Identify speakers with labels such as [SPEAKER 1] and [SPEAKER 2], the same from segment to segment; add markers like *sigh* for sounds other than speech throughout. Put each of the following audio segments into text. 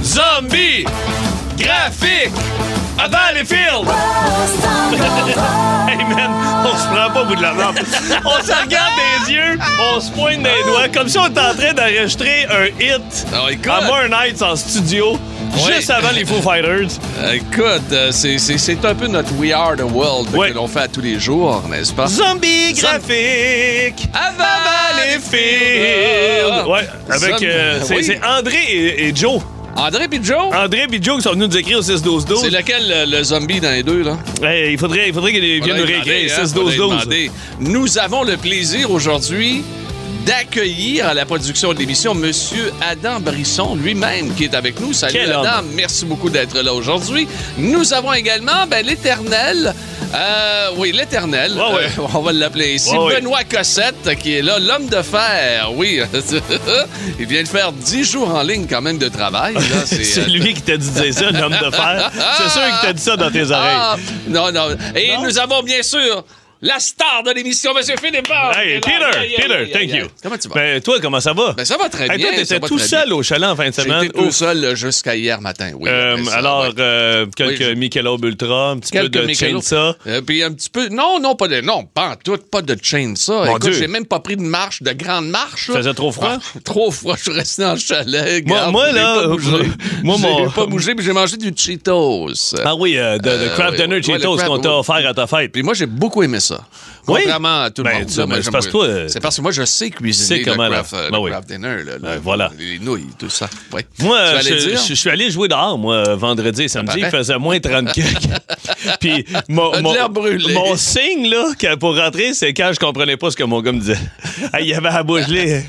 [SPEAKER 1] Gambie, graphique, à Valleyfield. hey man, on se prend pas au bout de la lampe. On se regarde des yeux, on se pointe des doigts, comme si on était en train d'enregistrer un hit
[SPEAKER 2] Ah, écoute.
[SPEAKER 1] à More Nights en studio,
[SPEAKER 2] Oui.
[SPEAKER 1] juste avant les Foo Fighters.
[SPEAKER 2] Écoute, euh, c'est- c'est c'est un peu notre We Are the World
[SPEAKER 1] Ouais.
[SPEAKER 2] que l'on fait à tous les jours, n'est-ce pas?
[SPEAKER 1] Zombie graphique, à Valleyfield. Ouais, avec.
[SPEAKER 2] Zombie-
[SPEAKER 1] euh, c'est
[SPEAKER 2] Ah. oui.
[SPEAKER 1] c'est André et, et Joe.
[SPEAKER 2] André puis Joe?
[SPEAKER 1] André et Joe qui sont venus nous écrire au 6-12-12.
[SPEAKER 2] C'est lequel le, le zombie dans les deux, là?
[SPEAKER 1] Hey, il faudrait, il faudrait qu'ils viennent
[SPEAKER 2] Faudrait
[SPEAKER 1] nous
[SPEAKER 2] demander,
[SPEAKER 1] réécrire
[SPEAKER 2] hein, faudrait
[SPEAKER 1] 6-12-12.
[SPEAKER 2] demander. Nous avons le plaisir aujourd'hui d'accueillir à la production de l'émission Monsieur Adam Brisson lui-même qui est avec nous. Salut
[SPEAKER 1] Quel
[SPEAKER 2] Adam,
[SPEAKER 1] homme.
[SPEAKER 2] merci beaucoup d'être là aujourd'hui. Nous avons également ben, l'éternel, euh, oui l'éternel,
[SPEAKER 1] Ouais, ouais.
[SPEAKER 2] euh, *laughs* on va l'appeler ici,
[SPEAKER 1] Ouais, ouais.
[SPEAKER 2] Benoît Cossette qui est là, l'homme de fer, oui. *laughs* Il vient de faire 10 jours en ligne quand même de travail. là.
[SPEAKER 1] *laughs* C'est
[SPEAKER 2] euh,
[SPEAKER 1] lui qui t'a dit de dire ça, l'homme de fer. C'est sûr qu'il t'a dit ça dans tes
[SPEAKER 2] Ah,
[SPEAKER 1] oreilles.
[SPEAKER 2] non, non. Et nous avons bien sûr la star de l'émission, M. Philippe Barre.
[SPEAKER 1] Hey,
[SPEAKER 2] qui est là.
[SPEAKER 1] Peter,
[SPEAKER 2] Aïe, aïe,
[SPEAKER 1] Peter,
[SPEAKER 2] aïe,
[SPEAKER 1] thank
[SPEAKER 2] aïe.
[SPEAKER 1] you.
[SPEAKER 2] Comment tu vas?
[SPEAKER 1] Ben, toi, comment ça va?
[SPEAKER 2] Ben, ça va très
[SPEAKER 1] Hey,
[SPEAKER 2] bien.
[SPEAKER 1] Toi,
[SPEAKER 2] ça
[SPEAKER 1] t'étais
[SPEAKER 2] va
[SPEAKER 1] tout
[SPEAKER 2] très
[SPEAKER 1] seul
[SPEAKER 2] bien.
[SPEAKER 1] au chalet en fin de semaine.
[SPEAKER 2] J'étais tout seul euh, jusqu'à hier matin, oui.
[SPEAKER 1] Euh,
[SPEAKER 2] après ça,
[SPEAKER 1] alors,
[SPEAKER 2] ouais.
[SPEAKER 1] euh, quelques
[SPEAKER 2] Oui, je-
[SPEAKER 1] Michelob Ultra, un petit
[SPEAKER 2] Quelques
[SPEAKER 1] peu de
[SPEAKER 2] Michelob.
[SPEAKER 1] Chainsaw.
[SPEAKER 2] Euh, puis un petit peu. Non, non, pas de. Non, pas en tout, pas de chainsaw.
[SPEAKER 1] Mon
[SPEAKER 2] Écoute,
[SPEAKER 1] Dieu.
[SPEAKER 2] j'ai même pas pris de marche, de grande marche. là.
[SPEAKER 1] Faisait trop froid?
[SPEAKER 2] Ah, *laughs* trop froid. Je suis resté dans le chalet.
[SPEAKER 1] Moi-
[SPEAKER 2] garde,
[SPEAKER 1] moi,
[SPEAKER 2] j'ai
[SPEAKER 1] là,
[SPEAKER 2] pas bougé.
[SPEAKER 1] moi, mon-
[SPEAKER 2] J'ai pas bougé, puis j'ai mangé du Cheetos.
[SPEAKER 1] Ah oui, euh, de, de
[SPEAKER 2] Euh,
[SPEAKER 1] Kraft
[SPEAKER 2] ouais,
[SPEAKER 1] Dinner
[SPEAKER 2] ouais, le
[SPEAKER 1] Cheetos
[SPEAKER 2] Kraft,
[SPEAKER 1] qu'on t'a
[SPEAKER 2] ouais.
[SPEAKER 1] offert à ta fête.
[SPEAKER 2] Puis moi, j'ai beaucoup aimé ça.
[SPEAKER 1] Oui?
[SPEAKER 2] Contrairement à tout le
[SPEAKER 1] Ben,
[SPEAKER 2] monde.
[SPEAKER 1] tu-
[SPEAKER 2] là,
[SPEAKER 1] ben,
[SPEAKER 2] moi,
[SPEAKER 1] c'est
[SPEAKER 2] j'aime
[SPEAKER 1] parce
[SPEAKER 2] pas-
[SPEAKER 1] que toi, euh,
[SPEAKER 2] C'est parce que moi, je sais cuisiner le
[SPEAKER 1] sais comment, là.
[SPEAKER 2] craft, euh, le
[SPEAKER 1] Ben oui.
[SPEAKER 2] craft dinner. Là,
[SPEAKER 1] Ben,
[SPEAKER 2] le-
[SPEAKER 1] voilà.
[SPEAKER 2] Les nouilles, tout ça. Ouais. Tu
[SPEAKER 1] Moi, euh,
[SPEAKER 2] allais
[SPEAKER 1] je,
[SPEAKER 2] dire? *laughs*
[SPEAKER 1] je- je suis allé jouer dehors, moi, euh, vendredi et samedi. Il
[SPEAKER 2] paraît.
[SPEAKER 1] faisait moins 30 quelques.
[SPEAKER 2] *laughs*
[SPEAKER 1] Puis, mon,
[SPEAKER 2] T'as de
[SPEAKER 1] mon-
[SPEAKER 2] l'air brûlé.
[SPEAKER 1] mon signe, là, que- pour rentrer, c'est quand je comprenais pas ce que mon gars me disait. *laughs* Hey, Il y avait à bouche gelée.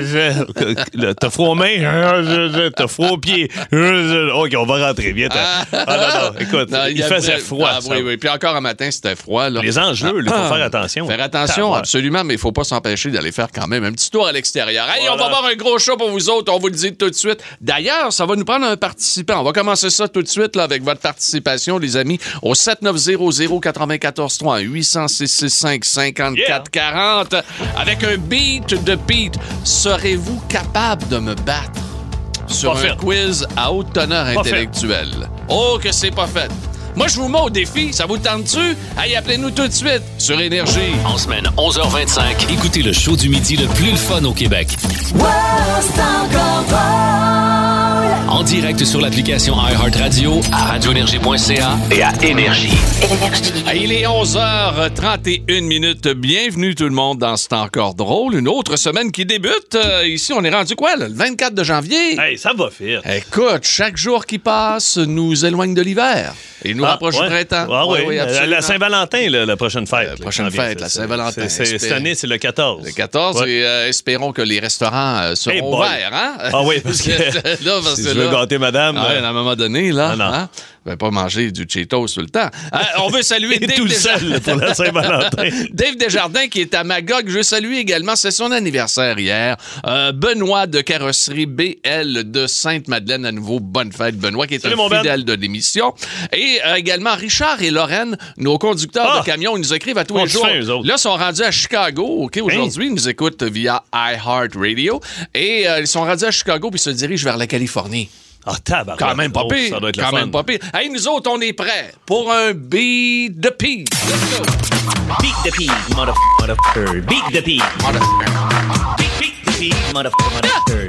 [SPEAKER 1] Le- T'as froid aux mains? T'as froid aux pieds? OK, on va rentrer. Viens, t'as- Ah, non, non, écoute,
[SPEAKER 2] Non,
[SPEAKER 1] il,
[SPEAKER 2] y a
[SPEAKER 1] faisait
[SPEAKER 2] vrai-
[SPEAKER 1] froid.
[SPEAKER 2] Ah,
[SPEAKER 1] ça.
[SPEAKER 2] oui, oui. Puis encore un matin, c'était froid. Là.
[SPEAKER 1] Les enjeux, il faut
[SPEAKER 2] Ah.
[SPEAKER 1] faire attention.
[SPEAKER 2] Faire attention,
[SPEAKER 1] Tabarouette.
[SPEAKER 2] absolument, mais il faut pas s'empêcher d'aller faire quand même un petit tour à l'extérieur. Hey, on va
[SPEAKER 1] Voilà.
[SPEAKER 2] avoir un gros show pour vous autres, on vous le dit tout de suite. D'ailleurs, ça va nous prendre un participant. On va commencer ça tout de suite là, avec votre participation, les amis, au 7900-943 800-665-5440 avec un beat de Pete. Serez-vous capable de me battre sur
[SPEAKER 1] Pas
[SPEAKER 2] un
[SPEAKER 1] fait.
[SPEAKER 2] quiz à haute teneur
[SPEAKER 1] Pas fait.
[SPEAKER 2] intellectuelle? Oh, que c'est pas fait! Moi, je vous mets au défi. Ça vous tente-tu? Allez, appelez-nous tout de suite sur Énergie.
[SPEAKER 3] En semaine, 11h25, écoutez le show du midi le plus le fun au Québec. En direct sur l'application iHeartRadio, à radioénergie.ca et à Énergie.
[SPEAKER 2] Ah, Il est 11h31 minutes. Bienvenue tout le monde dans C'est encore drôle. Une autre semaine qui débute. Euh, ici, on est rendu quoi, là, le 24 de janvier?
[SPEAKER 1] Hey, ça va faire.
[SPEAKER 2] Écoute, chaque jour qui passe nous éloigne de l'hiver et nous rapproche du printemps.
[SPEAKER 1] Ah oui,
[SPEAKER 2] Ouais, ouais,
[SPEAKER 1] la- la
[SPEAKER 2] absolument.
[SPEAKER 1] Saint-Valentin, là, la prochaine fête. là,
[SPEAKER 2] prochaine
[SPEAKER 1] qui s'en vient,
[SPEAKER 2] fête, la
[SPEAKER 1] c'est-
[SPEAKER 2] Saint-Valentin.
[SPEAKER 1] c'est- c'est- Cette
[SPEAKER 2] Espérons.
[SPEAKER 1] année, c'est le 14.
[SPEAKER 2] Le 14,
[SPEAKER 1] Ouais.
[SPEAKER 2] et euh, espérons que les restaurants euh, seront
[SPEAKER 1] Hey boy.
[SPEAKER 2] ouverts, hein?
[SPEAKER 1] Ah
[SPEAKER 2] *laughs*
[SPEAKER 1] oui, parce que
[SPEAKER 2] là, parce
[SPEAKER 1] si
[SPEAKER 2] que
[SPEAKER 1] je veux
[SPEAKER 2] là-
[SPEAKER 1] gâter madame,
[SPEAKER 2] Ah ouais,
[SPEAKER 1] euh,
[SPEAKER 2] à un moment donné, là,
[SPEAKER 1] Ah non.
[SPEAKER 2] hein, je vais pas manger du Cheetos tout le temps. Ah, on veut saluer
[SPEAKER 1] *laughs* Et
[SPEAKER 2] Dave
[SPEAKER 1] tout
[SPEAKER 2] Desjardins.
[SPEAKER 1] seul pour la Saint-Valentin.
[SPEAKER 2] *laughs* Dave Desjardins qui est à Magog, je salue également, c'est son anniversaire hier. Euh, Benoît de Carrosserie BL de Sainte-Madeleine, à nouveau, bonne fête Benoît, qui est
[SPEAKER 1] Salut,
[SPEAKER 2] un
[SPEAKER 1] mon Ben.
[SPEAKER 2] fidèle de l'émission. Et euh, également Richard et Lorraine, nos conducteurs
[SPEAKER 1] Ah!
[SPEAKER 2] de camions, ils nous écrivent à tous
[SPEAKER 1] Ils ont
[SPEAKER 2] les
[SPEAKER 1] du
[SPEAKER 2] jours.
[SPEAKER 1] faim, eux autres.
[SPEAKER 2] Là, ils sont rendus à Chicago, OK, aujourd'hui, ils nous écoutent via iHeartRadio. Et euh, ils sont rendus à Chicago puis se dirigent vers la Californie.
[SPEAKER 1] Ah, tabarnak.
[SPEAKER 2] Quand même pas
[SPEAKER 1] Oh,
[SPEAKER 2] pire.
[SPEAKER 1] Ça doit être
[SPEAKER 2] quand
[SPEAKER 1] le fun.
[SPEAKER 2] même pas pire. Hey, nous autres, on est prêts pour un beat de pire. Let's go.
[SPEAKER 4] Beat the pig, motherf- motherfucker. Beat the pig. Beat, beat the pig, motherf- motherfucker.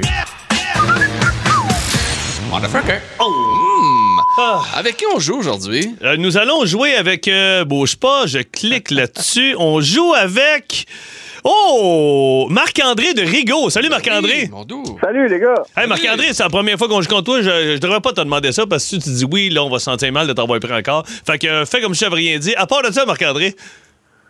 [SPEAKER 2] Motherfucker.
[SPEAKER 4] Oh.
[SPEAKER 2] Hmm. Avec qui on joue aujourd'hui?
[SPEAKER 1] Euh, nous allons jouer avec. euh, bouge pas, je clique là-dessus. On joue avec. Oh! Marc-André de Rigaud. Salut Marc-André.
[SPEAKER 2] Oui, mon doux.
[SPEAKER 5] Salut les gars!
[SPEAKER 1] Hey Marc-André, c'est la première fois qu'on joue contre toi. Je, je devrais pas te demander ça parce que si tu dis oui, là, on va se sentir mal de t'avoir pris encore. Fait que euh, fais comme si j'avais rien dit. À part de ça, Marc-André.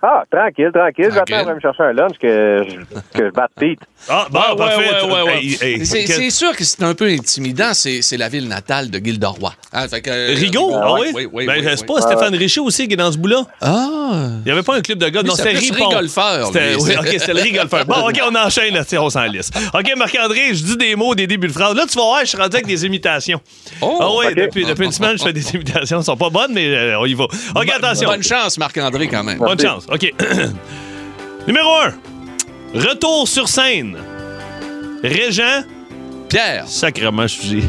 [SPEAKER 5] Ah, tranquille, tranquille. J'attends
[SPEAKER 2] Tranquille.
[SPEAKER 5] de me chercher un lunch que je, que je batte Pete.
[SPEAKER 1] Ah, bon,
[SPEAKER 2] Ouais,
[SPEAKER 1] parfait.
[SPEAKER 2] ouais, ouais, ouais.
[SPEAKER 1] Hey, hey,
[SPEAKER 2] C'est
[SPEAKER 1] quel-
[SPEAKER 2] c'est sûr que c'est un peu intimidant. C'est c'est la ville natale de Gilderoy. Ah, fait que, euh,
[SPEAKER 1] Rigaud, ah oui?
[SPEAKER 2] Oui, oui,
[SPEAKER 1] ben,
[SPEAKER 2] oui,
[SPEAKER 1] je sais
[SPEAKER 2] oui.
[SPEAKER 1] pas, Stéphane Richer aussi qui est dans ce bout-là.
[SPEAKER 2] Ah!
[SPEAKER 1] Il n'y avait pas un club de gars.
[SPEAKER 2] Lui,
[SPEAKER 1] non,
[SPEAKER 2] c'est
[SPEAKER 1] c'était
[SPEAKER 2] plus
[SPEAKER 1] Ripon.
[SPEAKER 2] Rigolfeur,
[SPEAKER 1] C'était-
[SPEAKER 2] lui.
[SPEAKER 1] oui, OK, c'était le rigolfeur. Bon, OK, on enchaîne, là, tu sais, on s'en lisse. OK, Marc-André, je dis des mots, des débuts de phrases. Là, tu vas voir, je suis rendu avec des imitations.
[SPEAKER 2] Oh,
[SPEAKER 1] ah oui,
[SPEAKER 5] OK.
[SPEAKER 1] depuis, depuis une semaine, je
[SPEAKER 2] *laughs*
[SPEAKER 1] fais des imitations. Elles sont pas bonnes, mais euh, on y va. OK, attention.
[SPEAKER 2] Bonne chance, Marc-André, quand même.
[SPEAKER 1] Bonne chance. OK. *clears throat* Numéro 1. Retour sur scène. Régent
[SPEAKER 2] Pierre.
[SPEAKER 1] Sacrement, je suis.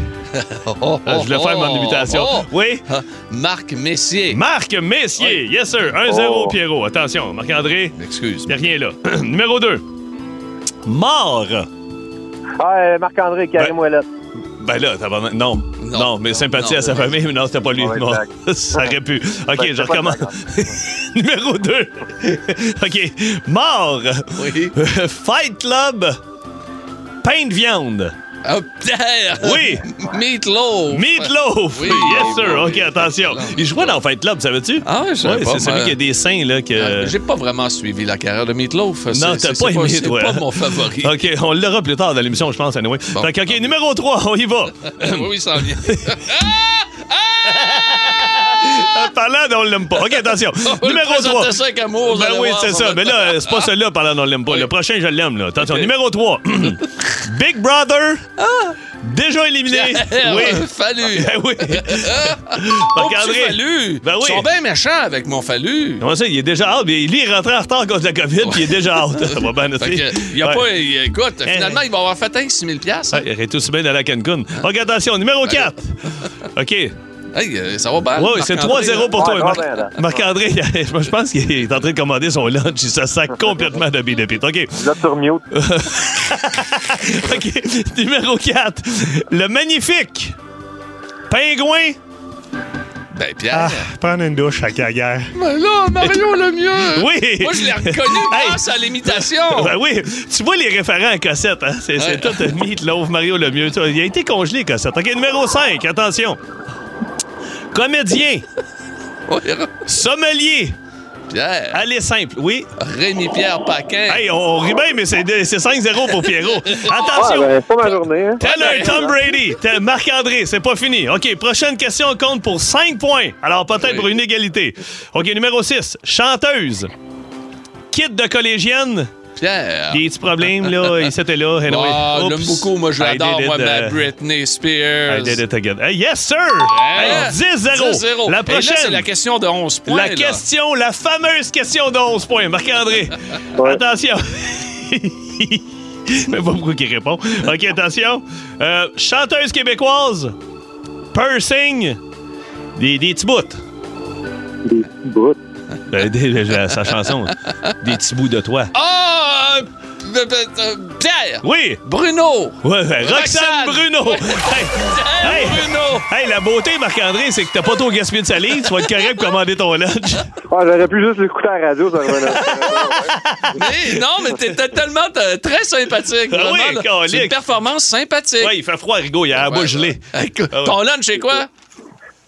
[SPEAKER 2] Oh, oh,
[SPEAKER 1] Euh, Je voulais faire mon
[SPEAKER 2] oh,
[SPEAKER 1] imitation.
[SPEAKER 2] oh.
[SPEAKER 1] Oui?
[SPEAKER 2] Ah, Marc Messier.
[SPEAKER 1] Marc Messier. Yes, sir. 1-0,
[SPEAKER 5] Oh.
[SPEAKER 1] Pierrot. Attention, Marc-André.
[SPEAKER 2] Excuse.
[SPEAKER 1] Y'a rien là. *clears throat* Numéro 2. Mort.
[SPEAKER 5] Ah, euh, Marc-André, Karim
[SPEAKER 1] Ben-
[SPEAKER 5] Ouellet.
[SPEAKER 1] Ben là, t'as pas... Non. Non,
[SPEAKER 2] Non,
[SPEAKER 1] mais
[SPEAKER 2] non,
[SPEAKER 1] sympathie
[SPEAKER 2] non,
[SPEAKER 1] à sa
[SPEAKER 2] non.
[SPEAKER 1] famille, mais non, c'était pas lui.
[SPEAKER 5] Ouais,
[SPEAKER 1] Non. *laughs*
[SPEAKER 5] exact.
[SPEAKER 1] Ça aurait pu. OK,
[SPEAKER 5] Ben,
[SPEAKER 1] je
[SPEAKER 5] c'est pas
[SPEAKER 1] recommence. *laughs* Numéro 2. OK. Mort.
[SPEAKER 2] Oui.
[SPEAKER 1] *laughs* Fight Club. Pain de viande.
[SPEAKER 2] Ah, Pierre.
[SPEAKER 1] Oui.
[SPEAKER 2] *laughs* Meatloaf.
[SPEAKER 1] Meatloaf.
[SPEAKER 2] Oui,
[SPEAKER 1] yes,
[SPEAKER 2] oui,
[SPEAKER 1] sir.
[SPEAKER 2] oui,
[SPEAKER 1] OK,
[SPEAKER 2] oui.
[SPEAKER 1] attention. Il jouait dans Fight Club, savais-tu?
[SPEAKER 2] Ah ouais, je savais pas,
[SPEAKER 1] c'est celui
[SPEAKER 2] moi.
[SPEAKER 1] qui a des seins, là,
[SPEAKER 2] Ah,
[SPEAKER 1] que...
[SPEAKER 2] J'ai pas vraiment suivi la carrière de Meatloaf.
[SPEAKER 1] euh. Non, t'as pas aimé,
[SPEAKER 2] C'est
[SPEAKER 1] toi.
[SPEAKER 2] pas mon favori.
[SPEAKER 1] *laughs* OK, on l'aura plus tard dans l'émission, je pense, anyway.
[SPEAKER 2] Bon.
[SPEAKER 1] Fait que, OK, numéro 3, on y va.
[SPEAKER 2] *laughs* oui, oui,
[SPEAKER 1] *laughs*
[SPEAKER 2] ça en vient.
[SPEAKER 1] Euh, Parlant, on l'aime pas.
[SPEAKER 2] *laughs*
[SPEAKER 1] OK, attention. numéro 3.
[SPEAKER 2] 5 amours.
[SPEAKER 1] Ben oui, c'est ça. Mais
[SPEAKER 2] *laughs*
[SPEAKER 1] là, c'est pas celui-là, parlant, on l'aime pas.
[SPEAKER 2] Oui.
[SPEAKER 1] Le prochain, je l'aime, là. Attention,
[SPEAKER 2] OK. Ah!
[SPEAKER 1] numéro
[SPEAKER 2] *laughs*
[SPEAKER 1] 3. Big Brother. Déjà
[SPEAKER 2] *laughs*
[SPEAKER 1] éliminé.
[SPEAKER 2] oui.
[SPEAKER 1] oui.
[SPEAKER 2] Eh, Fallu.
[SPEAKER 1] Ben
[SPEAKER 2] *laughs*
[SPEAKER 1] oui.
[SPEAKER 2] Mon
[SPEAKER 1] Marc-André.
[SPEAKER 2] petit Fallu.
[SPEAKER 1] Ben oui.
[SPEAKER 2] Ils sont bien méchants avec mon Fallu.
[SPEAKER 1] Comment ça, il est déjà out. mais Lui, il est rentré en retard contre la COVID, puis il est déjà out. *laughs* Ça va bien,
[SPEAKER 2] Fait que, y a
[SPEAKER 1] Ouais. Eh.
[SPEAKER 2] pas, y- écoute, finalement, il va avoir fait un 6 000
[SPEAKER 1] Ah, il aurait tout aussi bien d'aller à
[SPEAKER 2] Hein?
[SPEAKER 1] Cancun. OK, attention, numéro 4. OK.
[SPEAKER 2] Hey, euh, ça va bien.
[SPEAKER 1] Oui, c'est
[SPEAKER 2] Marc-André,
[SPEAKER 1] 3-0
[SPEAKER 2] là.
[SPEAKER 1] pour toi.
[SPEAKER 5] Ouais,
[SPEAKER 1] Marc-
[SPEAKER 5] grand-mère, là.
[SPEAKER 1] Marc-André, *laughs* il a- je pense qu'il est en train de commander son lunch. Il se sac complètement de
[SPEAKER 2] *laughs*
[SPEAKER 1] bidépite. OK.
[SPEAKER 5] Vous êtes sur mute.
[SPEAKER 1] OK. Numéro 4. Le magnifique pingouin.
[SPEAKER 2] Ben, Pierre.
[SPEAKER 1] Ah, prendre une douche à Caguerre.
[SPEAKER 2] Mais là, Mario le mieux.
[SPEAKER 1] Oui.
[SPEAKER 2] Hein? Moi, je l'ai reconnu
[SPEAKER 1] Hey.
[SPEAKER 2] grâce à l'imitation.
[SPEAKER 1] *laughs*
[SPEAKER 2] *laughs*
[SPEAKER 1] Ben oui, tu vois les référents à Cossette, hein? C'est c'est
[SPEAKER 2] Oh! Ouais.
[SPEAKER 1] tout euh, Meatloaf, Mario Lemieux. tout. Il a été congelé, Cossette. OK, numéro 5, attention. Comédien, sommelier,
[SPEAKER 2] Pierre.
[SPEAKER 1] allez simple, oui.
[SPEAKER 2] Rémi-Pierre Paquin.
[SPEAKER 1] Hey, on rit bien, mais c'est de- c'est 5-0 pour
[SPEAKER 2] *laughs*
[SPEAKER 1] Pierrot.
[SPEAKER 5] Ah,
[SPEAKER 1] Attention,
[SPEAKER 5] ben, c'est pas ma journée, hein.
[SPEAKER 1] T'as
[SPEAKER 2] Ouais.
[SPEAKER 1] le Tom Brady, t'as Marc-André, c'est pas fini. OK, prochaine question compte pour 5 points. Alors peut-être
[SPEAKER 2] Oui.
[SPEAKER 1] pour une égalité. OK, numéro 6, chanteuse. Kit de collégienne.
[SPEAKER 2] Pierre.
[SPEAKER 1] Il y a des problème,
[SPEAKER 2] *laughs*
[SPEAKER 1] là. Il s'était là. Anyway.
[SPEAKER 2] Ah, je l'aime
[SPEAKER 1] Oups.
[SPEAKER 2] beaucoup. Moi, je
[SPEAKER 1] I
[SPEAKER 2] l'adore.
[SPEAKER 1] did it,
[SPEAKER 2] Moi, ma
[SPEAKER 1] euh,
[SPEAKER 2] Britney Spears.
[SPEAKER 1] I did it again. Hey, yes, sir!
[SPEAKER 2] Hein?
[SPEAKER 1] Hey, 10-0.
[SPEAKER 2] 10-0.
[SPEAKER 1] La
[SPEAKER 2] Et là, c'est
[SPEAKER 1] prochaine.
[SPEAKER 2] la question de 11 points.
[SPEAKER 1] la
[SPEAKER 2] là.
[SPEAKER 1] question, la fameuse question de 11 points. Marc-André,
[SPEAKER 5] Ouais.
[SPEAKER 1] attention. *laughs* Mais pas pourquoi il répond. OK, attention. Euh, chanteuse québécoise, piercing, des, des petits bouts.
[SPEAKER 5] Des petits brutes.
[SPEAKER 1] Ben, des- la- sa chanson, des petits bouts de toi.
[SPEAKER 2] Ah! euh, euh, euh, Pierre!
[SPEAKER 1] Oui,
[SPEAKER 2] Bruno!
[SPEAKER 1] ouais, ben, Roxane,
[SPEAKER 2] Roxane.
[SPEAKER 1] Bruno. Hey.
[SPEAKER 2] Pierre
[SPEAKER 1] Hey.
[SPEAKER 2] Bruno!
[SPEAKER 1] Hey, la beauté, Marc-André, c'est que t'as pas trop gaspillé de salive. Tu vas être correct pour commander ton lunch.
[SPEAKER 5] Ah, j'aurais pu juste l'écouter à la radio, ça *laughs* revenait.
[SPEAKER 2] Mais non, mais t'étais tellement euh, très sympathique.
[SPEAKER 1] Ah
[SPEAKER 2] Vraiment,
[SPEAKER 1] oui,
[SPEAKER 2] là.
[SPEAKER 1] calique.
[SPEAKER 2] C'est une performance sympathique.
[SPEAKER 1] Ouais, il fait froid, Rigaud. Il a la
[SPEAKER 2] Ouais,
[SPEAKER 1] bouche gelée.
[SPEAKER 2] ouais. Écoute,
[SPEAKER 1] Ah ouais.
[SPEAKER 2] Ton lunch, c'est quoi?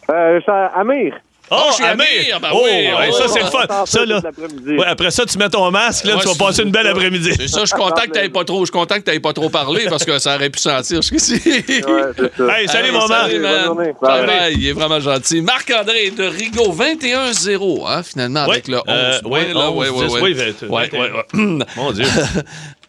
[SPEAKER 5] Euh, c'est à Amir.
[SPEAKER 1] Oh,
[SPEAKER 2] je suis
[SPEAKER 1] Amir!
[SPEAKER 2] Amir, ben
[SPEAKER 1] oh,
[SPEAKER 2] oui,
[SPEAKER 1] ouais,
[SPEAKER 2] oh,
[SPEAKER 1] ça, c'est le
[SPEAKER 5] On
[SPEAKER 1] fun.
[SPEAKER 5] s'en
[SPEAKER 1] Ça,
[SPEAKER 5] fait
[SPEAKER 1] là.
[SPEAKER 5] toute l'après-midi.
[SPEAKER 1] Ouais, après ça, tu mets ton masque, là,
[SPEAKER 2] Ouais,
[SPEAKER 1] tu vas
[SPEAKER 2] c'est-
[SPEAKER 1] passer une belle après-midi.
[SPEAKER 2] C'est ça, je suis content que t'aies pas trop. Je suis content que t'aies pas trop parlé parce que ça aurait pu sentir jusqu'ici.
[SPEAKER 5] Ouais, c'est ça.
[SPEAKER 1] Hey, salut,
[SPEAKER 2] Hey,
[SPEAKER 1] maman!
[SPEAKER 2] salut,
[SPEAKER 5] Bonne
[SPEAKER 2] man.
[SPEAKER 5] journée.
[SPEAKER 2] Bye
[SPEAKER 5] Bye.
[SPEAKER 2] bye, Il est vraiment gentil. Marc-André de Rigaud, 21-0, hein, finalement, avec le 11.
[SPEAKER 1] euh,
[SPEAKER 2] points,
[SPEAKER 1] ouais,
[SPEAKER 2] là,
[SPEAKER 1] 11,
[SPEAKER 2] ouais, ouais,
[SPEAKER 1] 10,
[SPEAKER 2] ouais.
[SPEAKER 1] oui, vingt-
[SPEAKER 2] Ouais,
[SPEAKER 1] vingt-
[SPEAKER 2] ouais, ouais. *clears throat*
[SPEAKER 1] Mon *laughs* Dieu.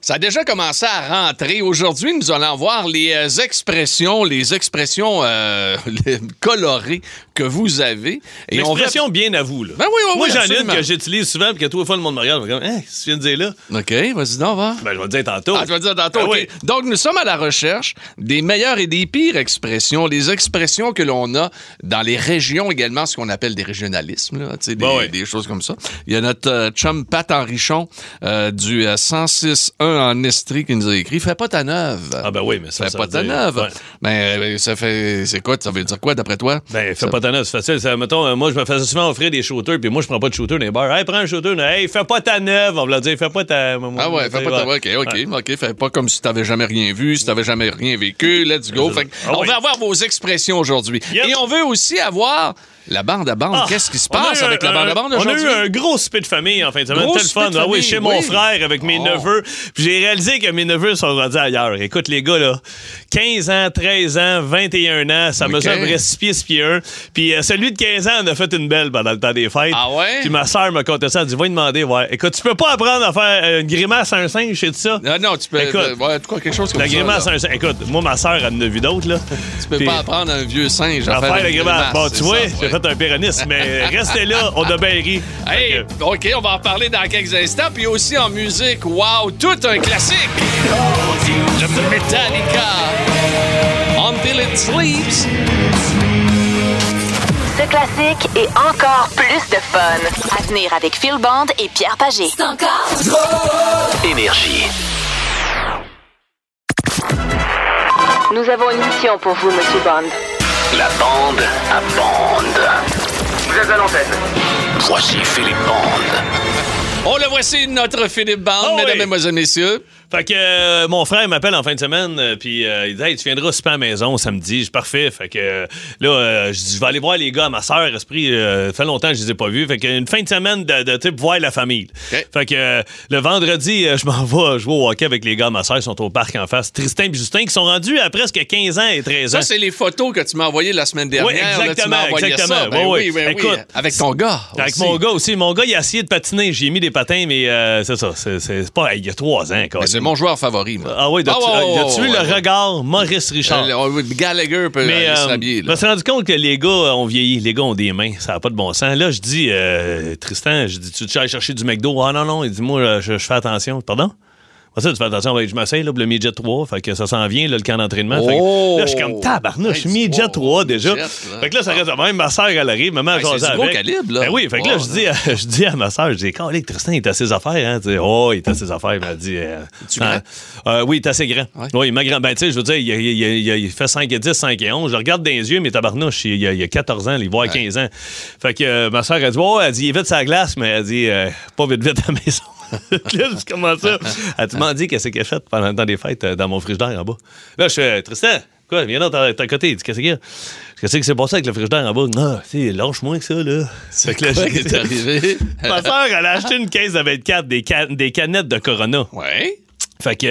[SPEAKER 2] Ça a déjà commencé à rentrer. Aujourd'hui, nous allons voir les euh, expressions, les expressions euh, *laughs* les colorées que vous avez. Et on va-
[SPEAKER 1] L'expression bien à vous, là.
[SPEAKER 2] Ben oui, oui,
[SPEAKER 1] Moi,
[SPEAKER 2] oui,
[SPEAKER 1] j'en ai une
[SPEAKER 2] absolument.
[SPEAKER 1] que j'utilise souvent, puis que trois fois, le monde me regarde. comme, hein, qu'est-ce que tu viens de dire là?
[SPEAKER 2] OK, vas-y, donc, va.
[SPEAKER 1] Ben, je vais le dire tantôt.
[SPEAKER 2] Ah, tu vas le dire tantôt.
[SPEAKER 1] Ah
[SPEAKER 2] OK.
[SPEAKER 1] oui.
[SPEAKER 2] Donc, nous sommes à la recherche des meilleures et des pires expressions, les expressions que l'on a dans les régions également, ce qu'on appelle des régionalismes, là, tu sais, des,
[SPEAKER 1] Ben oui.
[SPEAKER 2] des choses comme ça. Il y a notre euh, chum Pat Henrichon euh, du euh, 106.1 en Estrie qui nous a écrit Fais pas ta neuve.
[SPEAKER 1] Ah, ben oui, mais ça,
[SPEAKER 2] Fais
[SPEAKER 1] ça
[SPEAKER 2] pas
[SPEAKER 1] veut
[SPEAKER 2] ta
[SPEAKER 1] dire-
[SPEAKER 2] neuve.
[SPEAKER 1] Ouais.
[SPEAKER 2] Ben, euh, ça fait. C'est quoi Ça veut dire quoi, d'après toi
[SPEAKER 1] Ben, fais
[SPEAKER 2] Ça-
[SPEAKER 1] pas ta neuf, c'est facile. Ça, mettons, euh, moi, je me faisais souvent offrir des shooters, puis moi, je prends pas de shooter dans les bars. Hey, prends un shooter. non. Hey, fais pas ta neuve. On va leur dire, fais pas ta.
[SPEAKER 2] Ah ouais, fais pas ta OK, OK, OK. Fais pas comme si t'avais jamais rien vu, si t'avais jamais rien vécu. Let's go. Fait que
[SPEAKER 1] Ah
[SPEAKER 2] on
[SPEAKER 1] oui.
[SPEAKER 2] veut avoir vos expressions aujourd'hui.
[SPEAKER 1] Yep.
[SPEAKER 2] Et on veut aussi avoir la bande à bande.
[SPEAKER 1] Ah,
[SPEAKER 2] Qu'est-ce qui se
[SPEAKER 1] on a
[SPEAKER 2] passe
[SPEAKER 1] eu
[SPEAKER 2] avec
[SPEAKER 1] un- euh,
[SPEAKER 2] la bande à bande
[SPEAKER 1] On a
[SPEAKER 2] aujourd'hui?
[SPEAKER 1] eu un gros spit de famille en fin de semaine.
[SPEAKER 2] Gros
[SPEAKER 1] C'était le
[SPEAKER 2] spit
[SPEAKER 1] fun.
[SPEAKER 2] de
[SPEAKER 1] Ah oui,
[SPEAKER 2] famille,
[SPEAKER 1] chez mon
[SPEAKER 2] oui.
[SPEAKER 1] frère avec mes
[SPEAKER 2] Oh.
[SPEAKER 1] neveux. Puis j'ai réalisé que mes neveux sont rendus ailleurs. Écoute, les gars, là, 15 ans, 13 ans, 21 ans, ça
[SPEAKER 2] Ok.
[SPEAKER 1] mesure 6 pieds, 6 pieds 1. Puis euh, celui de 15 ans en a fait une belle pendant le temps des fêtes.
[SPEAKER 2] Ah ouais?
[SPEAKER 1] Puis ma soeur m'a conté ça. Elle dit Va lui demander, ouais. Écoute, tu peux pas apprendre à faire euh, une grimace à un singe, c'est ça?
[SPEAKER 2] Ah non, tu peux.
[SPEAKER 1] Écoute.
[SPEAKER 2] ouais, en tout cas, quelque chose comme
[SPEAKER 1] La
[SPEAKER 2] ça.
[SPEAKER 1] grimace à
[SPEAKER 2] là.
[SPEAKER 1] un singe. Écoute, moi, ma soeur, elle en a vu d'autres, là.
[SPEAKER 2] Tu peux
[SPEAKER 1] Puis-
[SPEAKER 2] pas apprendre à un vieux singe à,
[SPEAKER 1] à faire la
[SPEAKER 2] une
[SPEAKER 1] grimace. Bon,
[SPEAKER 2] c'est
[SPEAKER 1] tu vois,
[SPEAKER 2] ça,
[SPEAKER 1] j'ai
[SPEAKER 2] ouais.
[SPEAKER 1] fait un péronisme, mais restez là, on a bien ri.
[SPEAKER 2] Hey,
[SPEAKER 1] Fait
[SPEAKER 2] OK, on va en parler dans quelques instants. Puis aussi en musique, wow, tout un classique. De Metallica. Until It Sleeps.
[SPEAKER 6] Ce classique est encore plus de fun. À venir avec Phil Bond et Pierre Pagé.
[SPEAKER 3] Énergie.
[SPEAKER 6] Nous avons une mission pour vous, Monsieur Bond.
[SPEAKER 3] La bande à bande.
[SPEAKER 7] Vous êtes à l'antenne.
[SPEAKER 3] Voici Philippe Bond.
[SPEAKER 2] On Oh, le voici, notre Philippe Band,
[SPEAKER 1] Oh,
[SPEAKER 2] mesdames,
[SPEAKER 1] oui.
[SPEAKER 2] mesdemoiselles, messieurs.
[SPEAKER 1] que- Fait que euh, mon frère m'appelle en fin de semaine, euh, puis euh, il dit Hey, tu viendras super à la maison samedi, je suis parfait. Fait que euh, là, euh, je dis Je vais aller voir les gars, ma soeur, esprit, euh, fait longtemps que je les ai pas vus. Fait qu'une fin de semaine de, de type voir la famille.
[SPEAKER 2] OK.
[SPEAKER 1] Fait que euh, le vendredi, euh, je m'en vais jouer au hockey avec les gars, ma soeur, ils sont au parc en face. Tristan et Justin, qui sont rendus à presque 15 ans et 13 ans.
[SPEAKER 2] Ça, c'est les photos que tu m'as envoyées la semaine dernière. là, tu m'as
[SPEAKER 1] Hein? exactement,
[SPEAKER 2] envoyé
[SPEAKER 1] exactement.
[SPEAKER 2] Ça. Ben
[SPEAKER 1] Oui,
[SPEAKER 2] oui,
[SPEAKER 1] oui.
[SPEAKER 2] ben oui.
[SPEAKER 1] Écoute,
[SPEAKER 2] Avec ton gars.
[SPEAKER 1] Avec
[SPEAKER 2] aussi.
[SPEAKER 1] mon gars aussi. Mon gars, il a essayé de patiner. J'ai mis des patins, mais euh, c'est ça. C'est, c'est pas. Il y a trois ans, quoi.
[SPEAKER 2] Ben, c'est mon joueur favori, moi.
[SPEAKER 1] Ah oui, t'as-tu,
[SPEAKER 2] ouais, ouais,
[SPEAKER 1] tu
[SPEAKER 2] ouais,
[SPEAKER 1] vu le
[SPEAKER 2] ouais.
[SPEAKER 1] regard Maurice Richard?
[SPEAKER 2] Euh, le- oui, Gallagher peut
[SPEAKER 1] mais
[SPEAKER 2] aller
[SPEAKER 1] euh,
[SPEAKER 2] se rhabiller,
[SPEAKER 1] je
[SPEAKER 2] là.
[SPEAKER 1] me suis rendu compte que les gars euh, ont vieilli, les gars ont des mains, ça n'a pas de bon sens. Là, je dis, euh, Tristan, je dis, tu te chercher du McDo? Ah non, non, il dit, moi, euh, je, je fais attention. Pardon? Moi, ça, tu fais attention, Ben, je m'essaye là, pour le midget 3, fait que ça s'en vient, là, le camp d'entraînement. Fait que
[SPEAKER 2] Oh!
[SPEAKER 1] là, je suis comme tabarnouche,
[SPEAKER 2] Hey, du
[SPEAKER 1] midget 3 déjà.
[SPEAKER 2] midget, là.
[SPEAKER 1] Fait que là, ça reste de même. Ma soeur, elle arrive, maman,
[SPEAKER 2] Hey,
[SPEAKER 1] jasait
[SPEAKER 2] c'est du gros
[SPEAKER 1] avec.
[SPEAKER 2] calibre, là.
[SPEAKER 1] Ben oui, fait que là,
[SPEAKER 2] Wow,
[SPEAKER 1] je dis, à- *laughs* je dis à ma soeur, je dis, Calique, Tristan, il est à ses affaires, hein. Tu sais, oh, il est à ses affaires. Elle m'a dit, euh,
[SPEAKER 2] Es-tu
[SPEAKER 1] ah, euh, oui, il est assez grand.
[SPEAKER 2] Ouais.
[SPEAKER 1] Oui, ma grand. Ben, tu sais, je veux dire, il, il- il- il- il fait 5 et 10, 5 et 11. Je le regarde dans les yeux, mais tabarnouche, il, il a- il a 14 ans, il va à 15 ans. Fait que euh, ma soeur, elle dit, oh, elle dit, il est vite sa glace, mais elle dit, euh, pas vite, vite à la maison. *laughs* là, je dis, comment ça? Elle te m'a dit qu'est-ce qu'elle a fait pendant le temps des fêtes euh, dans mon frigidaire en bas. Là, je fais, Tristan, quoi, viens là, t'as t'as à côté. Il dit, qu'est-ce qu'il y a? Qu'est-ce qui s'est passé avec le frigidaire en bas? Non, tu sais, lâche-moi que ça, là. Fait *laughs* que là,
[SPEAKER 2] Quoi
[SPEAKER 1] j'ai-
[SPEAKER 2] qui est arrivé?
[SPEAKER 1] *laughs* Ma soeur, elle a acheté une caisse de 24 des, can- des canettes de Corona.
[SPEAKER 2] ouais.
[SPEAKER 1] Fait que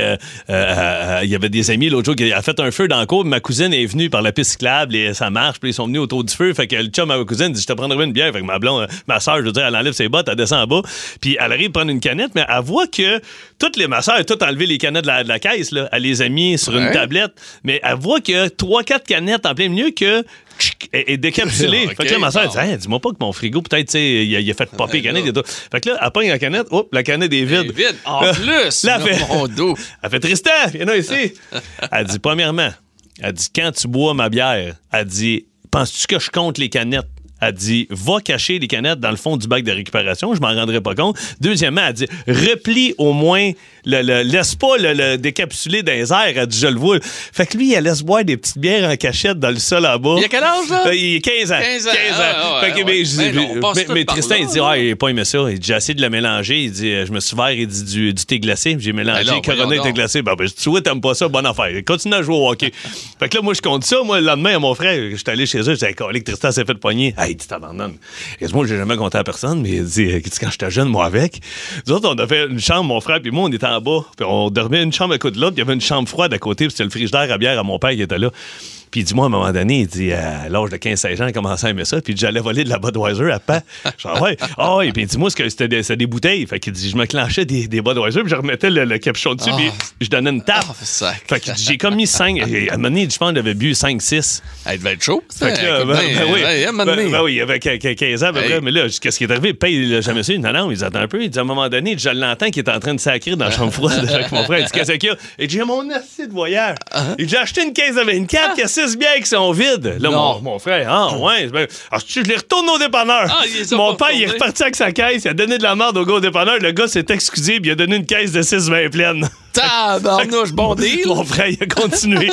[SPEAKER 1] euh, euh, il y avait des amis l'autre jour qui a fait un feu dans le cours. puis Ma cousine est venue par la piste cyclable et ça marche. Puis ils sont venus autour du feu. Fait que le chum à ma cousine dit Je te prendrai une bière. Fait que ma blonde, euh, ma soeur, je veux dire, elle enlève ses bottes, elle descend en bas. Puis elle arrive prendre une canette, mais elle voit que toutes les ma soeur a tout enlevé les canettes de la, de la caisse. Là. Elle les a mis sur une
[SPEAKER 2] Ouais.
[SPEAKER 1] tablette. Mais elle voit que 3-4 canettes en plein milieu que. tchic, Est est décapsulée.
[SPEAKER 2] *laughs* Ok,
[SPEAKER 1] Fait que là, ma soeur, elle dit
[SPEAKER 2] bon. Ah,
[SPEAKER 1] Hey, Dis-moi pas que mon frigo, peut-être, tu sais, il a, il a fait popper les
[SPEAKER 2] là.
[SPEAKER 1] canettes. et tout. Fait que là, elle pogne la canette. Oups, la canette est
[SPEAKER 2] Elle est
[SPEAKER 1] vide.
[SPEAKER 2] Ben, vide. En
[SPEAKER 1] Là,
[SPEAKER 2] plus,
[SPEAKER 1] là, elle
[SPEAKER 2] là,
[SPEAKER 1] fait-
[SPEAKER 2] mon dos.
[SPEAKER 1] *laughs* elle fait Tristan, viens
[SPEAKER 2] *laughs*
[SPEAKER 1] là ici. Elle dit premièrement, elle dit quand tu bois ma bière, elle dit penses-tu que je compte les canettes? Elle dit va cacher les canettes dans le fond du bac de récupération, je m'en rendrai pas compte. Deuxièmement, elle dit replie au moins, le, le- laisse pas le, le décapsuler dans les airs. Elle dit je le vois. Fait que lui, elle laisse boire des petites bières en cachette dans le sol en bas.
[SPEAKER 2] Il a quel âge, là?
[SPEAKER 1] Euh, Il a 15 ans.
[SPEAKER 2] 15 ans. Ah, ouais,
[SPEAKER 1] Fait que,
[SPEAKER 2] ouais.
[SPEAKER 1] mais, je dis-
[SPEAKER 2] Ben non, on passe
[SPEAKER 1] mais-
[SPEAKER 2] tout
[SPEAKER 1] mais
[SPEAKER 2] par
[SPEAKER 1] Tristan,
[SPEAKER 2] là,
[SPEAKER 1] il dit
[SPEAKER 2] là.
[SPEAKER 1] ah, il a pas aimé ça. Il dit j'ai essayé de le mélanger. Il dit euh, je me suis vert, il dit du, du thé glacé. J'ai mélangé
[SPEAKER 2] Ben là,
[SPEAKER 1] j'ai
[SPEAKER 2] voyons
[SPEAKER 1] Corona était
[SPEAKER 2] donc.
[SPEAKER 1] glacé. Ben, ben, je dis, tu vois, t'aimes pas ça, bonne affaire. Continue à jouer
[SPEAKER 2] *laughs*
[SPEAKER 1] au hockey. fait que là, moi, je compte ça. Moi, le lendemain, à mon frère, j'étais allé chez eux, j'ai dit, collègue, Tristan s'est fait pogner. Hey, tu t'abandonnes. Et moi, j'ai jamais compté à personne, mais il dit, euh, tu sais, quand j'étais jeune, moi, avec. Nous autres, on avait une chambre, mon frère, puis moi, on était en bas. Puis on dormait une chambre à côté de l'autre, puis il y avait une chambre froide à côté, puis c'était le frigidaire à bière à mon père qui était là. Puis il dit, moi, à un moment donné, il dit, euh, à l'âge de 15-16 ans, il commençait à aimer ça. Puis il dit, j'allais voler de la Budweiser à
[SPEAKER 2] *laughs*
[SPEAKER 1] pas. Genre, ouais. Ah, ouais. Puis il dit, moi, c'était des, c'était des bouteilles. Fait qu'il dit, je me clenchais des, des Budweiser, puis je remettais le, le capuchon dessus, puis je donnais une tape.
[SPEAKER 2] Ah, sac.
[SPEAKER 1] fait qu'il dit, j'ai comme mis 5. À un moment donné, je pense, j'avais bu 5-6.
[SPEAKER 2] Elle devait être chaude.
[SPEAKER 1] Fait que là,
[SPEAKER 2] Écoute,
[SPEAKER 1] ben,
[SPEAKER 2] ben,
[SPEAKER 1] ben oui.
[SPEAKER 2] ouais, à un moment donné.
[SPEAKER 1] Ben- ben oui, il y avait qu- qu- 15 ans, à peu
[SPEAKER 2] Hey.
[SPEAKER 1] près, mais là, je- qu'est-ce qui est arrivé? Paye, il l'a jamais su. Non, non, il dit, attends un peu. Il dit, à un moment donné, je l'entends qui est en train de sacrer dans la
[SPEAKER 2] *laughs*
[SPEAKER 1] chambre froide avec mon frère. Il dit, qu'est-ce qu'il y a? Il dit, j'ai mon assis de voyage.
[SPEAKER 2] Ah.
[SPEAKER 1] Il dit, j'ai acheté une 15 à 24, il y a 6 bières qui sont vides. Là,
[SPEAKER 2] Non.
[SPEAKER 1] mon, mon frère, ah, ouais. ben, alors, tu- je les retourne au dépanneur.
[SPEAKER 2] Ah, il les a
[SPEAKER 1] mon
[SPEAKER 2] pas
[SPEAKER 1] père, il est
[SPEAKER 2] retournés.
[SPEAKER 1] reparti avec sa caisse, il a donné de la merde au gars au dépanneur. Le gars s'est excusé, puis il a donné une caisse de 6 20 pleines.
[SPEAKER 2] Tabarnouche,
[SPEAKER 1] *laughs*
[SPEAKER 2] bon deal.
[SPEAKER 1] Mon frère, il a
[SPEAKER 2] *laughs*
[SPEAKER 1] continué.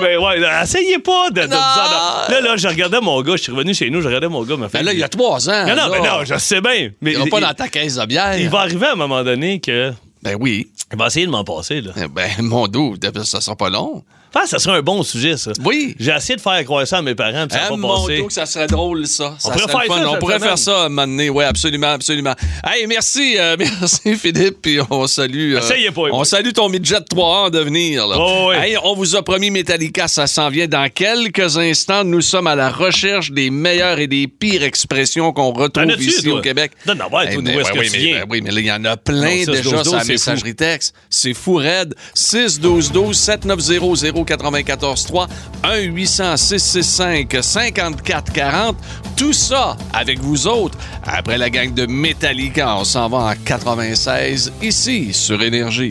[SPEAKER 1] mais ouais, là, essayez pas de, de vous en- Là, là, je regardais mon gars, je suis revenu chez nous, je regardais mon gars, ma
[SPEAKER 2] Ben
[SPEAKER 1] femme.
[SPEAKER 2] là, il y a trois ans.
[SPEAKER 1] Non, non,
[SPEAKER 2] là.
[SPEAKER 1] mais non, je sais bien. Mais
[SPEAKER 2] Il
[SPEAKER 1] il,
[SPEAKER 2] va pas dans ta caisse de bière.
[SPEAKER 1] il va arriver à un moment donné que.
[SPEAKER 2] Ben oui.
[SPEAKER 1] Il va essayer de m'en passer, là.
[SPEAKER 2] Ben, mon dos, ça sera pas long.
[SPEAKER 1] Ah, ça serait un bon sujet, ça.
[SPEAKER 2] Oui.
[SPEAKER 1] J'ai essayé de faire croire ça à mes parents, puis ça
[SPEAKER 2] Ah,
[SPEAKER 1] n'a pas
[SPEAKER 2] mon
[SPEAKER 1] passé.
[SPEAKER 2] Dieu, que ça serait drôle, ça. ça
[SPEAKER 1] On
[SPEAKER 2] serait
[SPEAKER 1] pourrait faire
[SPEAKER 2] le fun.
[SPEAKER 1] ça,
[SPEAKER 2] On
[SPEAKER 1] cette
[SPEAKER 2] pourrait
[SPEAKER 1] semaine.
[SPEAKER 2] faire ça à un moment donné. Oui, absolument, absolument. Hey, merci, euh, *laughs* merci Philippe, puis on salue. euh,
[SPEAKER 1] Essayez pas,
[SPEAKER 2] on
[SPEAKER 1] oui.
[SPEAKER 2] salue ton midget 3 en devenir. là.
[SPEAKER 1] Oh, oui.
[SPEAKER 2] Hey, on vous a promis Metallica, ça s'en vient dans quelques instants. Nous sommes à la recherche des meilleures et des pires expressions qu'on
[SPEAKER 1] T'en
[SPEAKER 2] retrouve
[SPEAKER 1] as-tu,
[SPEAKER 2] ici
[SPEAKER 1] toi?
[SPEAKER 2] au Québec.
[SPEAKER 1] Non, non, ouais,
[SPEAKER 2] Eh,
[SPEAKER 1] toi,
[SPEAKER 2] mais-
[SPEAKER 1] d'où est-ce
[SPEAKER 2] ouais,
[SPEAKER 1] que
[SPEAKER 2] oui,
[SPEAKER 1] tu
[SPEAKER 2] mais-
[SPEAKER 1] viens?
[SPEAKER 2] ben oui, mais là, il y en a plein
[SPEAKER 1] Non, 6,
[SPEAKER 2] déjà
[SPEAKER 1] 12,
[SPEAKER 2] sur la
[SPEAKER 1] c'est fou.
[SPEAKER 2] messagerie texte. C'est fou raide. 6 12 12 7900 94 3 1 800 665 54 40. Tout ça avec vous autres. Après la gang de Metallica, on s'en va en 96 ici sur Énergie.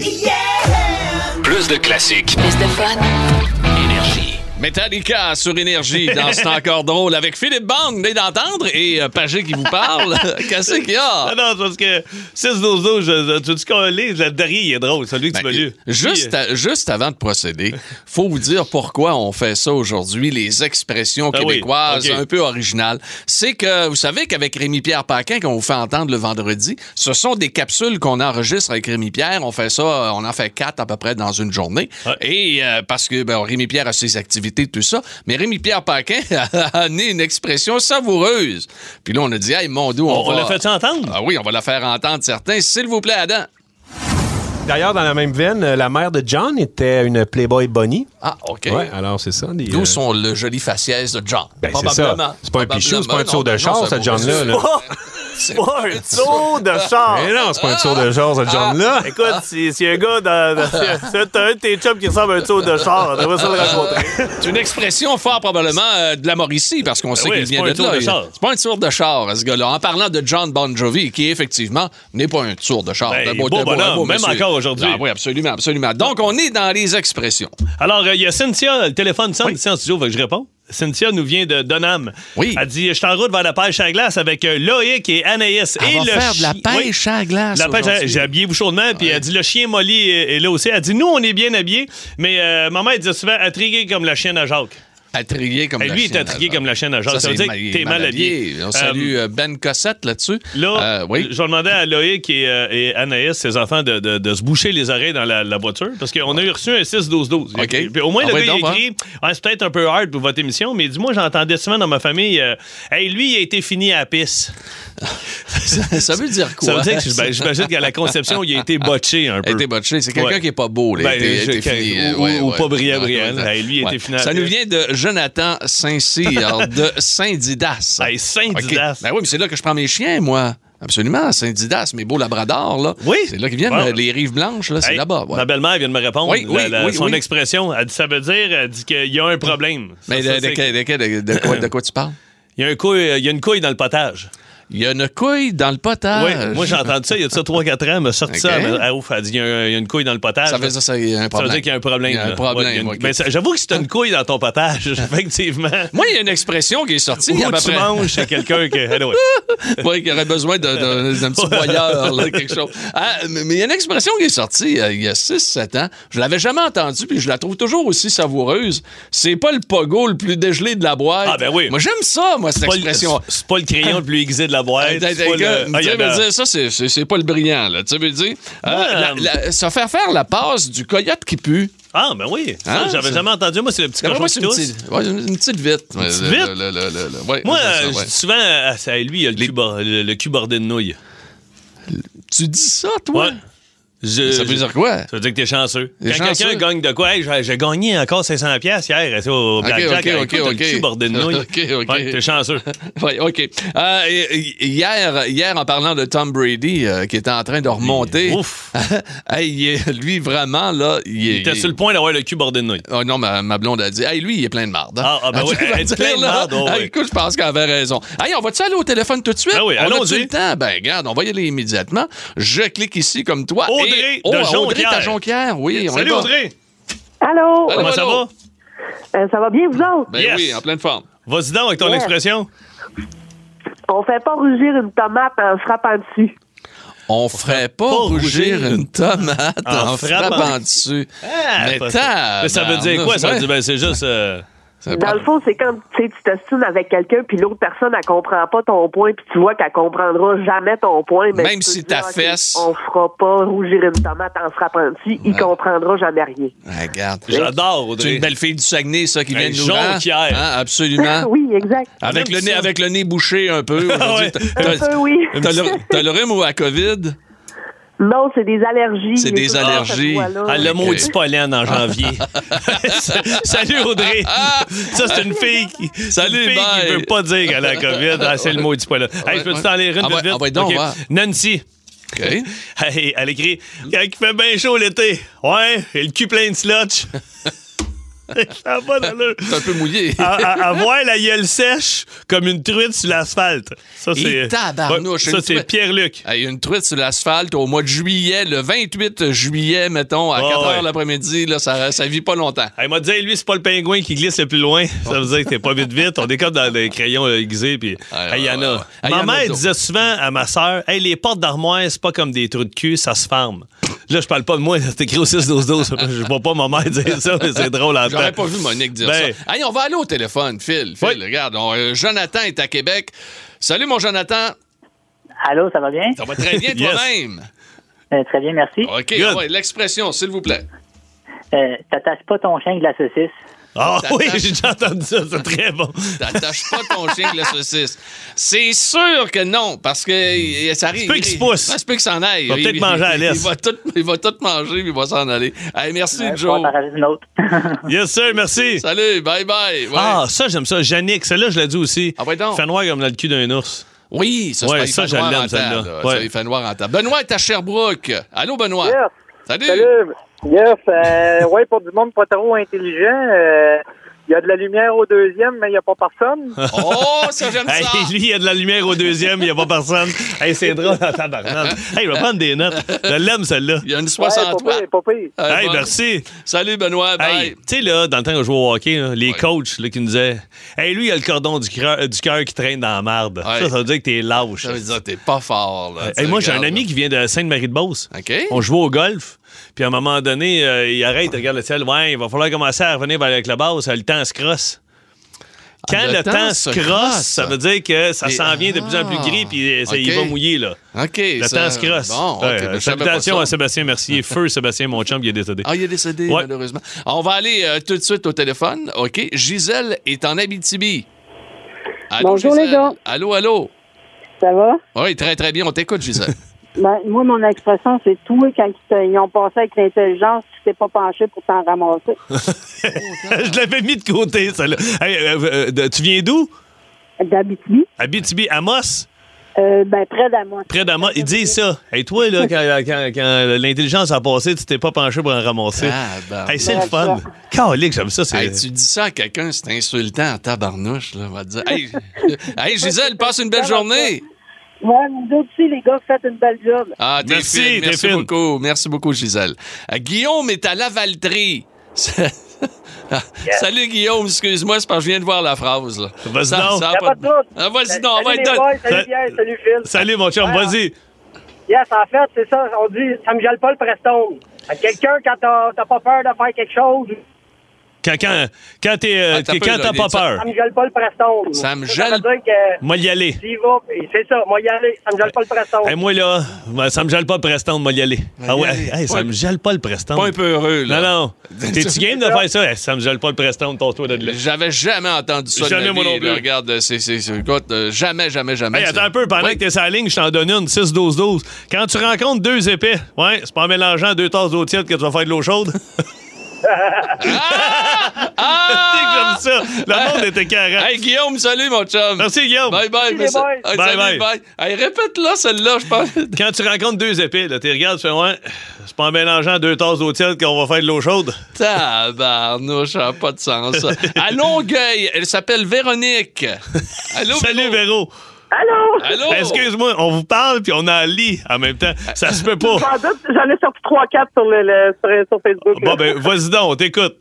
[SPEAKER 3] Plus de classiques,
[SPEAKER 6] Plus de fun.
[SPEAKER 3] énergie.
[SPEAKER 2] Metallica sur Énergie dans C'est encore drôle avec Philippe Bande, venez d'entendre, et euh, Pagé qui vous parle. *laughs* Qu'est-ce qu'il y a?
[SPEAKER 1] Ah non, c'est parce que 6 12 12 je- je- tu dis qu'on lit, le dernier, il est drôle, celui que tu
[SPEAKER 2] Ben,
[SPEAKER 1] m'as lu.
[SPEAKER 2] Juste,
[SPEAKER 1] Puis,
[SPEAKER 2] à- juste avant de
[SPEAKER 1] *laughs*
[SPEAKER 2] procéder, faut vous dire pourquoi on fait ça aujourd'hui, les expressions
[SPEAKER 1] Ah oui,
[SPEAKER 2] québécoises
[SPEAKER 1] ok.
[SPEAKER 2] un peu originales. C'est que vous savez qu'avec Rémi-Pierre Paquin, qu'on vous fait entendre le vendredi, ce sont des capsules qu'on enregistre avec Rémi-Pierre. On fait ça, euh, on en fait quatre à peu près dans une journée.
[SPEAKER 1] Ouais.
[SPEAKER 2] Et euh, parce que ben, Rémi-Pierre a ses activités, tout ça. Mais Rémi-Pierre Paquin *laughs* a né une expression savoureuse. Puis là, on a dit, hey, mon Dieu, on,
[SPEAKER 1] euh, on, on
[SPEAKER 2] va...
[SPEAKER 1] l'a fait entendre?
[SPEAKER 2] Ah oui, on va la faire entendre certains. S'il vous plaît, Adam.
[SPEAKER 7] D'ailleurs, dans la même veine, euh, la mère de John était une Playboy Bonnie.
[SPEAKER 2] Ah, OK.
[SPEAKER 7] Ouais, alors c'est ça. des,
[SPEAKER 2] D'où
[SPEAKER 7] euh,
[SPEAKER 2] sont le joli faciès de John.
[SPEAKER 7] Ben, c'est ça. C'est pas un pichou, c'est pas un tour de char, ce John-là. là.
[SPEAKER 2] C'est
[SPEAKER 4] Pas un saut de char.
[SPEAKER 7] Mais non, Ah, c'est pas un tour
[SPEAKER 2] Ah!
[SPEAKER 7] de char, ce John-là.
[SPEAKER 4] Écoute, si, si un gars, dans, dans- si- si t'as un de tes chums qui ressemble à un saut de char, on devrait se le raconter.
[SPEAKER 2] C'est une expression fort probablement euh, de la Mauricie, parce qu'on sait
[SPEAKER 1] oui,
[SPEAKER 2] qu'il
[SPEAKER 1] c'est
[SPEAKER 2] vient
[SPEAKER 1] pas un
[SPEAKER 2] de
[SPEAKER 1] tour
[SPEAKER 2] là.
[SPEAKER 1] de
[SPEAKER 2] Il-
[SPEAKER 1] char.
[SPEAKER 2] C'est pas un tour de char, ce gars-là. En parlant de John Bon Jovi, qui effectivement n'est pas un tour de char.
[SPEAKER 1] Ben,
[SPEAKER 2] D'un
[SPEAKER 1] beau
[SPEAKER 2] d'un d'un
[SPEAKER 1] bonhomme, même
[SPEAKER 2] monsieur.
[SPEAKER 1] encore aujourd'hui.
[SPEAKER 2] Ah oui, absolument, absolument. Donc, on est dans les expressions.
[SPEAKER 1] Alors, euh, il y a Cynthia, le téléphone sonne ici en studio, faut que je réponds. Cynthia nous vient de Donham.
[SPEAKER 2] Oui.
[SPEAKER 1] Elle dit Je suis en route vers la pêche à la glace avec euh, Loïc et Anaïs. et
[SPEAKER 2] on
[SPEAKER 1] le
[SPEAKER 2] va faire de la
[SPEAKER 1] chi-
[SPEAKER 2] pêche à la glace.
[SPEAKER 1] Oui, la pêche à-
[SPEAKER 2] aujourd'hui.
[SPEAKER 1] J'ai habillé vous chaudement, puis elle dit Le chien Molly est, est là aussi. Elle dit Nous, on est bien habillés, mais euh, maman, elle dit souvent Attrigué comme la chienne à Jacques.
[SPEAKER 2] Attrigué comme
[SPEAKER 1] Et
[SPEAKER 2] la
[SPEAKER 1] Ben, lui est
[SPEAKER 2] chienne à
[SPEAKER 1] attrigué
[SPEAKER 2] Jacques.
[SPEAKER 1] comme la chienne à Jacques. Ça, veut
[SPEAKER 2] c'est
[SPEAKER 1] dire que
[SPEAKER 2] mal-
[SPEAKER 1] t'es mal habillé.
[SPEAKER 2] On
[SPEAKER 1] Euh,
[SPEAKER 2] salue euh, Ben Cossette là-dessus.
[SPEAKER 1] Là,
[SPEAKER 2] Euh, oui.
[SPEAKER 1] je vais demander à Loïc et, euh, et Anaïs, ses enfants, de, de- de se boucher les oreilles dans la, la voiture parce qu'on a eu reçu un 6-12-12.
[SPEAKER 2] OK.
[SPEAKER 1] Et puis au moins,
[SPEAKER 2] Ah,
[SPEAKER 1] le
[SPEAKER 2] ouais,
[SPEAKER 1] gars, il
[SPEAKER 2] donc,
[SPEAKER 1] écrit Ah, C'est peut-être un peu hard pour votre émission, mais dis-moi, j'entendais souvent dans ma famille euh, Hey, lui, il a été fini à
[SPEAKER 2] *laughs*
[SPEAKER 1] la pisse.
[SPEAKER 2] ça, ça veut dire quoi?
[SPEAKER 1] Ça veut dire que ben, j'imagine qu'à la conception, il a été botché un peu.
[SPEAKER 2] Elle était botchée. C'est quelqu'un
[SPEAKER 1] Ouais.
[SPEAKER 2] qui est pas beau. Là.
[SPEAKER 1] Ben,
[SPEAKER 2] Elle était- elle
[SPEAKER 1] je-
[SPEAKER 2] était finie,
[SPEAKER 1] ou-
[SPEAKER 2] euh,
[SPEAKER 1] ou- ou pas brillant, brillant.
[SPEAKER 2] ouais.
[SPEAKER 1] Hey, lui, il était fini à
[SPEAKER 2] Ça nous
[SPEAKER 1] pisse.
[SPEAKER 2] vient de Jonathan Saint-Cyr,
[SPEAKER 1] *laughs*
[SPEAKER 2] de Saint-Didas.
[SPEAKER 1] Hey, Saint-Didas.
[SPEAKER 2] Ok. Ben oui, mais c'est là que je prends mes chiens, moi. Absolument, Saint-Didas, mes beaux labradors, là.
[SPEAKER 1] Oui.
[SPEAKER 2] C'est là qu'ils viennent,
[SPEAKER 1] Wow.
[SPEAKER 2] euh, les rives blanches, là, c'est
[SPEAKER 1] Hey,
[SPEAKER 2] là-bas. ouais.
[SPEAKER 1] Ma belle-mère vient de me répondre.
[SPEAKER 2] Oui, oui, oui,
[SPEAKER 1] son
[SPEAKER 2] oui.
[SPEAKER 1] expression, elle dit ça veut dire, elle dit qu'il y a un problème. Ça,
[SPEAKER 2] Mais
[SPEAKER 1] ça,
[SPEAKER 2] de, de
[SPEAKER 1] c'est-
[SPEAKER 2] quel- de quel- de- de quoi, de quoi tu parles?
[SPEAKER 1] il, y a un couille- il y a une couille dans le potage.
[SPEAKER 2] Il y a une couille dans le
[SPEAKER 1] Oui,
[SPEAKER 2] potage.
[SPEAKER 1] moi j'ai entendu ça il y a de ça 3-4 ans, elle m'a sorti ça.
[SPEAKER 2] OK.
[SPEAKER 1] Elle m'a- ah, ouf, elle dit il y, a un- il y a une couille dans le potage.
[SPEAKER 2] Ça veut dire ça, il y a un
[SPEAKER 1] Ça veut
[SPEAKER 2] problème.
[SPEAKER 1] dire qu'il y a un problème.
[SPEAKER 2] Il y a un
[SPEAKER 1] là. Ouais, il y a
[SPEAKER 2] problème.
[SPEAKER 1] une-
[SPEAKER 2] ok.
[SPEAKER 1] Ben, ça- J'avoue que si t'as une couille dans ton potage, effectivement.
[SPEAKER 2] Moi, il y a une expression qui est sortie. il y a à
[SPEAKER 1] Ou
[SPEAKER 2] peu
[SPEAKER 1] tu
[SPEAKER 2] près-
[SPEAKER 1] manges à quelqu'un que. Anyway.
[SPEAKER 2] *laughs* Oui, qu'il aurait besoin d'un d'un- d'un petit voyeur, là, quelque chose. Ah, mais mais il y a une expression qui est sortie euh, il y a 6-7 ans. Je l'avais jamais entendue, puis je la trouve toujours aussi savoureuse. C'est pas le pogo le plus dégelé de la boîte.
[SPEAKER 1] Ah, ben oui.
[SPEAKER 2] Moi, j'aime ça, moi, cette
[SPEAKER 1] C'est pas le-
[SPEAKER 2] expression.
[SPEAKER 1] C'est pas le crayon le plus aiguisé de la boîte.
[SPEAKER 2] Euh, t'as-
[SPEAKER 1] c'est
[SPEAKER 2] t'as-
[SPEAKER 1] pas le-
[SPEAKER 2] gars,
[SPEAKER 1] Ah, il
[SPEAKER 2] Tu
[SPEAKER 1] y
[SPEAKER 2] sais,
[SPEAKER 1] en a-
[SPEAKER 2] veux dire, ça, c'est- c'est c'est pas le brillant, là. Tu sais, veux dire, euh,
[SPEAKER 1] Ouais.
[SPEAKER 2] la- la- se faire faire la passe du coyote qui pue.
[SPEAKER 1] Ah, ben oui. Ça,
[SPEAKER 2] Hein,
[SPEAKER 1] J'avais
[SPEAKER 2] c'est-
[SPEAKER 1] jamais entendu. Moi, c'est le petit
[SPEAKER 2] Comment
[SPEAKER 1] cochon
[SPEAKER 2] moi,
[SPEAKER 1] qui
[SPEAKER 2] c'est une
[SPEAKER 1] Ah, tousse.
[SPEAKER 2] petite, ouais, une, une petite vite. Une
[SPEAKER 1] petite vite? Moi, euh, je dis souvent, euh, c'est à lui, il a le, cul, bor- le, le cul bordé de nouilles.
[SPEAKER 2] Tu dis ça, toi?
[SPEAKER 1] Ouais. Je-
[SPEAKER 2] Ça
[SPEAKER 1] je-
[SPEAKER 2] veut dire quoi?
[SPEAKER 1] Ça veut dire que t'es chanceux.
[SPEAKER 2] T'es
[SPEAKER 1] Quand
[SPEAKER 2] chanceux?
[SPEAKER 1] quelqu'un gagne de quoi? Hey, j'ai- j'ai gagné encore 500 pièces hier c'est au
[SPEAKER 2] Ok,
[SPEAKER 1] Blackjack.
[SPEAKER 2] ok,
[SPEAKER 1] Hey,
[SPEAKER 2] ok,
[SPEAKER 1] écoute, t'as
[SPEAKER 2] ok.
[SPEAKER 1] Le cul bordé de nouilles.
[SPEAKER 2] *laughs* Ok, ok.
[SPEAKER 1] Ouais,
[SPEAKER 2] *laughs*
[SPEAKER 1] t'es chanceux.
[SPEAKER 2] Oui, OK. Euh, hi- hi- hier, hier, en parlant de Tom Brady, euh, qui était en train de remonter,
[SPEAKER 1] Ouf.
[SPEAKER 2] *laughs* hey, il est- lui, vraiment, là, il est...
[SPEAKER 1] T'es sur le point d'avoir le cul bordé de nouilles.
[SPEAKER 2] Oh non, ma, ma blonde a dit, hey, lui, il est plein de marde. hein.
[SPEAKER 1] Ah, ah, ben oui,
[SPEAKER 2] *laughs* Tu vas
[SPEAKER 1] elle est
[SPEAKER 2] dire,
[SPEAKER 1] plein de
[SPEAKER 2] là,
[SPEAKER 1] marde, oh,
[SPEAKER 2] hey,
[SPEAKER 1] oui.
[SPEAKER 2] Écoute, je pense qu'elle avait raison. Hey, on va-tu aller au téléphone tout de suite?
[SPEAKER 1] Ben oui,
[SPEAKER 2] on a-tu
[SPEAKER 1] allons-y.
[SPEAKER 2] le temps? Ben, regarde, on va y aller immédiatement. Je clique ici, comme toi.
[SPEAKER 1] Audrey
[SPEAKER 2] et... oh,
[SPEAKER 1] de
[SPEAKER 2] Audrey,
[SPEAKER 1] Jonquière.
[SPEAKER 2] ta Jonquière, oui. on
[SPEAKER 1] Salut
[SPEAKER 2] est bon.
[SPEAKER 1] Audrey!
[SPEAKER 8] Allô?
[SPEAKER 2] Allô,
[SPEAKER 1] Comment ça
[SPEAKER 2] allô?
[SPEAKER 1] va?
[SPEAKER 8] Euh, ça va bien, vous autres?
[SPEAKER 2] Ben
[SPEAKER 1] Yes.
[SPEAKER 2] oui, en pleine forme.
[SPEAKER 1] Vas-y donc avec ton
[SPEAKER 8] Ouais.
[SPEAKER 1] expression.
[SPEAKER 8] On fait pas rougir une tomate en frappant dessus.
[SPEAKER 2] On ferait pas, rougir une tomate en, frappant dessus.
[SPEAKER 1] Ah,
[SPEAKER 2] Mais
[SPEAKER 1] pas ça. Mais ça veut dire
[SPEAKER 2] tabarnouche,
[SPEAKER 1] quoi? Ça
[SPEAKER 2] ouais.
[SPEAKER 1] veut dire, ben, c'est juste. euh,
[SPEAKER 2] Ça
[SPEAKER 8] Dans
[SPEAKER 2] parle-
[SPEAKER 8] le fond, c'est quand tu sais, tu t'ostines avec quelqu'un, puis l'autre personne, elle comprend pas ton point, puis tu vois qu'elle comprendra jamais ton point. mais
[SPEAKER 2] Même
[SPEAKER 8] tu peux
[SPEAKER 2] si
[SPEAKER 8] te dire,
[SPEAKER 2] ta
[SPEAKER 8] OK,
[SPEAKER 2] fesse-
[SPEAKER 8] On fera pas rougir une tomate en se frappant dessus, il comprendra jamais rien.
[SPEAKER 2] Ah, Regarde.
[SPEAKER 1] J'adore, Audrey.
[SPEAKER 2] C'est une belle fille du Saguenay, ça, qui vient
[SPEAKER 1] Hey,
[SPEAKER 2] de nous rendre.
[SPEAKER 1] jonquière.
[SPEAKER 2] Hein, absolument.
[SPEAKER 8] *laughs* oui, exact.
[SPEAKER 2] Avec le,
[SPEAKER 1] J'aime
[SPEAKER 2] nez,
[SPEAKER 1] ça.
[SPEAKER 2] avec le nez bouché un
[SPEAKER 1] *laughs*
[SPEAKER 2] peu. aujourd'hui.
[SPEAKER 1] Ouais.
[SPEAKER 2] T'as-
[SPEAKER 8] Un peu, Euh, oui.
[SPEAKER 2] T'as le, t'as le rhume ou la COVID?
[SPEAKER 8] Non, c'est des allergies.
[SPEAKER 2] C'est
[SPEAKER 8] Il y
[SPEAKER 2] des
[SPEAKER 8] a tout le temps cette
[SPEAKER 2] allergies.
[SPEAKER 8] voix-là.
[SPEAKER 1] Ah, le
[SPEAKER 2] Ok.
[SPEAKER 1] maudit pollen
[SPEAKER 2] *laughs*
[SPEAKER 1] en janvier. Salut Audrey. Ça, c'est une fille qui
[SPEAKER 2] Salut,
[SPEAKER 1] une fille qui
[SPEAKER 2] bye.
[SPEAKER 1] veut pas dire qu'elle a la COVID. Ah, c'est le maudit pollen. Hey, je peux-tu
[SPEAKER 2] ouais.
[SPEAKER 1] t'en lire une
[SPEAKER 2] Ah,
[SPEAKER 1] vite,
[SPEAKER 2] ouais,
[SPEAKER 1] vite?
[SPEAKER 2] ah, ouais, donc,
[SPEAKER 1] Ok.
[SPEAKER 2] ouais.
[SPEAKER 1] Nancy. *laughs*
[SPEAKER 2] OK.
[SPEAKER 1] Hey, elle écrit Quand il fait bien chaud l'été. Ouais, et le cul plein de slotch. *laughs* Ça va pas d'allure.
[SPEAKER 2] T'es un peu mouillé.
[SPEAKER 1] à, à- à voir la gueule sèche comme une truite sur l'asphalte. Ça, c'est.
[SPEAKER 2] Et tabarnouche,
[SPEAKER 1] Ouais, Ça,
[SPEAKER 2] une
[SPEAKER 1] c'est
[SPEAKER 2] truite.
[SPEAKER 1] Pierre-Luc.
[SPEAKER 2] Hey, une truite sur l'asphalte au mois de juillet, le 28 juillet, mettons, à
[SPEAKER 1] Ouais,
[SPEAKER 2] 4
[SPEAKER 1] Ah ouais.
[SPEAKER 2] h l'après-midi, là, ça, ça vit pas longtemps.
[SPEAKER 1] Elle m'a dit, Hey, lui, c'est pas le pingouin qui glisse le plus loin. Ça veut dire que t'es pas vite vite. On est comme dans des crayons euh, aiguisés. Puis,
[SPEAKER 2] Ouais,
[SPEAKER 1] hey,
[SPEAKER 2] ouais,
[SPEAKER 1] Yana.
[SPEAKER 2] ouais, ouais. Hey,
[SPEAKER 1] Ma
[SPEAKER 2] Yana,
[SPEAKER 1] mère
[SPEAKER 2] donc.
[SPEAKER 1] disait souvent à ma sœur, hey, les portes d'armoire, c'est pas comme des trous de cul, ça se ferme. Là, je parle pas de moi, c'est écrit au 6-12-12. Je vois pas ma mère dire ça, mais c'est drôle à
[SPEAKER 2] J'aurais
[SPEAKER 1] entendre.
[SPEAKER 2] pas vu Monique dire
[SPEAKER 1] Ben.
[SPEAKER 2] ça. Hey, on va aller au téléphone, Phil. Phil,
[SPEAKER 1] Oui.
[SPEAKER 2] regarde. on- euh, Jonathan est à Québec. Salut, mon Jonathan.
[SPEAKER 9] Allô, ça va bien?
[SPEAKER 2] Ça va très bien
[SPEAKER 1] *laughs* Yes.
[SPEAKER 2] toi-même.
[SPEAKER 9] Euh, très bien, merci.
[SPEAKER 2] OK, ah
[SPEAKER 1] Good.
[SPEAKER 2] ouais, l'expression, s'il vous plaît.
[SPEAKER 9] Euh, T'attaches pas ton chien avec de la saucisse.
[SPEAKER 1] Ah oui,
[SPEAKER 2] T'attaches-
[SPEAKER 1] j'ai déjà entendu ça, c'est très bon.
[SPEAKER 2] T'attaches pas ton chien avec la saucisse. C'est sûr que non, parce que euh, ça arrive.
[SPEAKER 1] peut qu'il se pousse.
[SPEAKER 2] Ça se peut qu'il s'en aille.
[SPEAKER 1] Il va peut-être
[SPEAKER 2] Il-
[SPEAKER 1] manger à l'est.
[SPEAKER 2] Il va tout, il va tout manger, puis il va s'en aller. Hey, merci,
[SPEAKER 9] Euh,
[SPEAKER 2] Joe.
[SPEAKER 9] On va en rajouter une
[SPEAKER 2] *laughs*
[SPEAKER 9] autre.
[SPEAKER 1] Yes, sir, merci.
[SPEAKER 2] Salut, bye bye. Ouais.
[SPEAKER 1] Ah, ça, j'aime ça. Yannick, celle-là, je l'ai dit aussi.
[SPEAKER 2] Ah ouais, donc.
[SPEAKER 1] Fait noir comme dans le cul d'un ours.
[SPEAKER 2] oui, ça, c'est
[SPEAKER 1] Ouais, ça,
[SPEAKER 2] ça, il
[SPEAKER 1] je
[SPEAKER 2] fait noir
[SPEAKER 1] l'aime,
[SPEAKER 2] en
[SPEAKER 1] celle-là.
[SPEAKER 2] temps, là.
[SPEAKER 1] Ouais.
[SPEAKER 2] Ça, il fait noir en temps. Benoît est à Sherbrooke. Allô, Benoît.
[SPEAKER 5] Yes.
[SPEAKER 2] Salut.
[SPEAKER 5] Salut. Yes. Euh, ouais, pour du monde pas trop intelligent, euh, il y a de la lumière au deuxième, mais il n'y a pas personne.
[SPEAKER 2] Oh, ça, j'aime
[SPEAKER 1] *laughs* Hey,
[SPEAKER 2] ça.
[SPEAKER 1] lui, il y a de la lumière au deuxième, il n'y a pas personne. Hey, c'est drôle en tabarnak. Hey, je vais prendre des notes. Je
[SPEAKER 2] *laughs*
[SPEAKER 1] l'aime, celle-là.
[SPEAKER 2] Il y a une
[SPEAKER 5] Ouais,
[SPEAKER 2] 63.
[SPEAKER 5] pas pire, pas pire.
[SPEAKER 2] Euh,
[SPEAKER 1] hey,
[SPEAKER 2] bon.
[SPEAKER 1] merci.
[SPEAKER 2] Salut, Benoît. Bye.
[SPEAKER 1] Hey, tu sais, là, dans le temps qu'on jouait au hockey, là, les
[SPEAKER 2] Ouais.
[SPEAKER 1] coachs là, qui nous disaient Hey, lui, il a le cordon du cœur euh, du cœur qui traîne dans la marde.
[SPEAKER 2] Ouais.
[SPEAKER 1] Ça, ça veut dire que t'es lâche.
[SPEAKER 2] Ça veut dire que t'es pas fort. Là,
[SPEAKER 1] Hey,
[SPEAKER 2] Tu
[SPEAKER 1] moi, j'ai un
[SPEAKER 2] regardes,
[SPEAKER 1] ami qui vient de Sainte-Marie-de-Beauce.
[SPEAKER 2] OK.
[SPEAKER 1] On joue au golf. Puis à un moment donné, euh, il arrête, il regarde le ciel. Ouais, il va falloir commencer à revenir vers avec la base. Le temps se crosse. Quand
[SPEAKER 2] Ah,
[SPEAKER 1] le, temps se crosse, ça veut dire que ça
[SPEAKER 2] Et-
[SPEAKER 1] s'en vient de plus en plus
[SPEAKER 2] Ah,
[SPEAKER 1] gris, puis euh, ça y
[SPEAKER 2] ok.
[SPEAKER 1] va mouiller, là.
[SPEAKER 2] là. OK.
[SPEAKER 1] Le
[SPEAKER 2] ça-
[SPEAKER 1] temps se crosse.
[SPEAKER 2] Bon, OK.
[SPEAKER 1] Ouais,
[SPEAKER 2] ben, je savais pas
[SPEAKER 1] salutations
[SPEAKER 2] ça.
[SPEAKER 1] à
[SPEAKER 2] *laughs*
[SPEAKER 1] Sébastien Mercier. Feu, Sébastien, mon chum, il est décédé.
[SPEAKER 2] Ah, il est décédé,
[SPEAKER 1] Ouais.
[SPEAKER 2] malheureusement. On va aller euh, tout de suite au téléphone. OK. Gisèle est en Abitibi. Allô,
[SPEAKER 10] Bonjour,
[SPEAKER 2] Gisèle.
[SPEAKER 10] les gars.
[SPEAKER 2] Allô, allô.
[SPEAKER 10] Ça va?
[SPEAKER 2] Oui, très, très bien. On t'écoute, Gisèle.
[SPEAKER 10] Ben, moi, mon expression, c'est toi, quand ils, te- ils ont passé avec l'intelligence, tu t'es pas penché pour t'en ramasser.
[SPEAKER 1] *laughs* Je l'avais mis de côté, ça. euh, tu viens d'où?
[SPEAKER 10] D'habitude,
[SPEAKER 1] Abitibi, Amos?
[SPEAKER 10] euh, ben, près de moi.
[SPEAKER 1] Près d'Amos? Ils disent ça. Et toi, là, quand, quand- quand l'intelligence a passé, tu t'es pas penché pour en ramasser.
[SPEAKER 2] Ah, ben.
[SPEAKER 1] Hey, *laughs* c'est le
[SPEAKER 10] Ouais,
[SPEAKER 1] fun. Calique, j'aime ça. c'est-
[SPEAKER 2] Hey, tu dis ça à quelqu'un, c'est insultant en tabarnouche, là, on va te dire.
[SPEAKER 10] *laughs*
[SPEAKER 2] Hey, hey, Gisèle, passe une belle journée.
[SPEAKER 10] Ouais, vous autres aussi, les gars, faites une belle job.
[SPEAKER 2] Ah, t'es
[SPEAKER 1] Merci,
[SPEAKER 2] fine,
[SPEAKER 1] t'es
[SPEAKER 2] Merci
[SPEAKER 1] fine.
[SPEAKER 2] beaucoup. Merci beaucoup, Gisèle. Euh, Guillaume est à Lavaltrie. *laughs* Ah, Salut Guillaume, excuse-moi, c'est parce que je viens de voir la phrase. Là.
[SPEAKER 1] Vas-y donc.
[SPEAKER 2] a
[SPEAKER 1] Y
[SPEAKER 2] pas
[SPEAKER 1] a
[SPEAKER 2] de-
[SPEAKER 10] pas de doute.
[SPEAKER 2] *laughs* Ah, Vas-y donc, on va
[SPEAKER 10] salut,
[SPEAKER 2] être
[SPEAKER 10] les
[SPEAKER 2] dans-
[SPEAKER 10] boys,
[SPEAKER 1] Ça-
[SPEAKER 10] salut Pierre, salut Phil.
[SPEAKER 1] Salut, mon chum,
[SPEAKER 10] Ouais,
[SPEAKER 1] vas-y.
[SPEAKER 10] Yes, en fait, c'est ça, on dit, ça me gèle pas le prestone. À Quelqu'un, quand t'as t'as pas peur de faire quelque chose,
[SPEAKER 1] Quand, quand, quand t'es, euh,
[SPEAKER 2] Ah, t'as
[SPEAKER 1] que-
[SPEAKER 2] peu,
[SPEAKER 1] quand
[SPEAKER 2] là,
[SPEAKER 1] t'as
[SPEAKER 2] les-
[SPEAKER 1] pas
[SPEAKER 2] ça-
[SPEAKER 1] peur,
[SPEAKER 10] ça me gèle pas le prestone.
[SPEAKER 2] Ça me
[SPEAKER 10] Ça
[SPEAKER 2] gèle-
[SPEAKER 10] veut dire que
[SPEAKER 1] moi y aller.
[SPEAKER 10] j'y vais, et c'est ça, moi y aller, ça me gèle pas le prestone.
[SPEAKER 1] Hey, moi, là, ben, ça me gèle pas le preston de moi y aller. Ah ouais,
[SPEAKER 2] aller.
[SPEAKER 1] hey, ça
[SPEAKER 2] Pas-
[SPEAKER 1] me gèle pas le preston.
[SPEAKER 2] Pas un peu heureux, là.
[SPEAKER 1] Non, non.
[SPEAKER 2] *laughs*
[SPEAKER 1] T'es-tu game de faire ça? Hey, ça me gèle pas le preston de ton toit de là.
[SPEAKER 2] J'avais jamais entendu ça. de
[SPEAKER 1] Jamais,
[SPEAKER 2] ma
[SPEAKER 1] moi
[SPEAKER 2] vie,
[SPEAKER 1] non plus.
[SPEAKER 2] là. Regarde, c'est, c'est, c'est- écoute, euh, jamais, jamais, jamais.
[SPEAKER 1] Hey,
[SPEAKER 2] c'est-
[SPEAKER 1] Ben, attends un peu, pendant
[SPEAKER 2] Oui.
[SPEAKER 1] que t'es sur la ligne, je t'en donne une, 6-12-12. Quand tu rencontres deux épais, ouais, c'est pas en mélangeant deux tasses d'eau tiède que tu vas faire de l'eau chaude. *laughs*
[SPEAKER 2] Ah!
[SPEAKER 1] C'est comme ça. Le monde était carré.
[SPEAKER 2] Hey, Guillaume, salut, mon chum.
[SPEAKER 1] Merci, Guillaume.
[SPEAKER 2] Bye bye,
[SPEAKER 10] les boys.
[SPEAKER 2] Hey,
[SPEAKER 1] Bye, bye.
[SPEAKER 2] salut, bye. Hey, répète-la, celle-là, je pense. *laughs*
[SPEAKER 1] Quand tu rencontres deux épais, là, tu regardes, tu fais, ouais, c'est pas en mélangeant deux tasses d'eau tiède qu'on va faire de l'eau chaude.
[SPEAKER 2] Tabarnouche, ça n'a pas de sens.
[SPEAKER 1] *laughs*
[SPEAKER 2] ça. À Longueuil, elle s'appelle Véronique. Allô?
[SPEAKER 1] Salut, Véro.
[SPEAKER 8] Allô?
[SPEAKER 2] Allô?
[SPEAKER 1] Excuse-moi, on vous parle puis on en lit en même temps.
[SPEAKER 2] Euh.
[SPEAKER 1] Ça se peut pas.
[SPEAKER 8] Sans doute, J'en ai sorti 3-4 sur, le, le- sur, sur Facebook.
[SPEAKER 1] Bon,
[SPEAKER 8] là.
[SPEAKER 1] ben, vas-y donc, on t'écoute.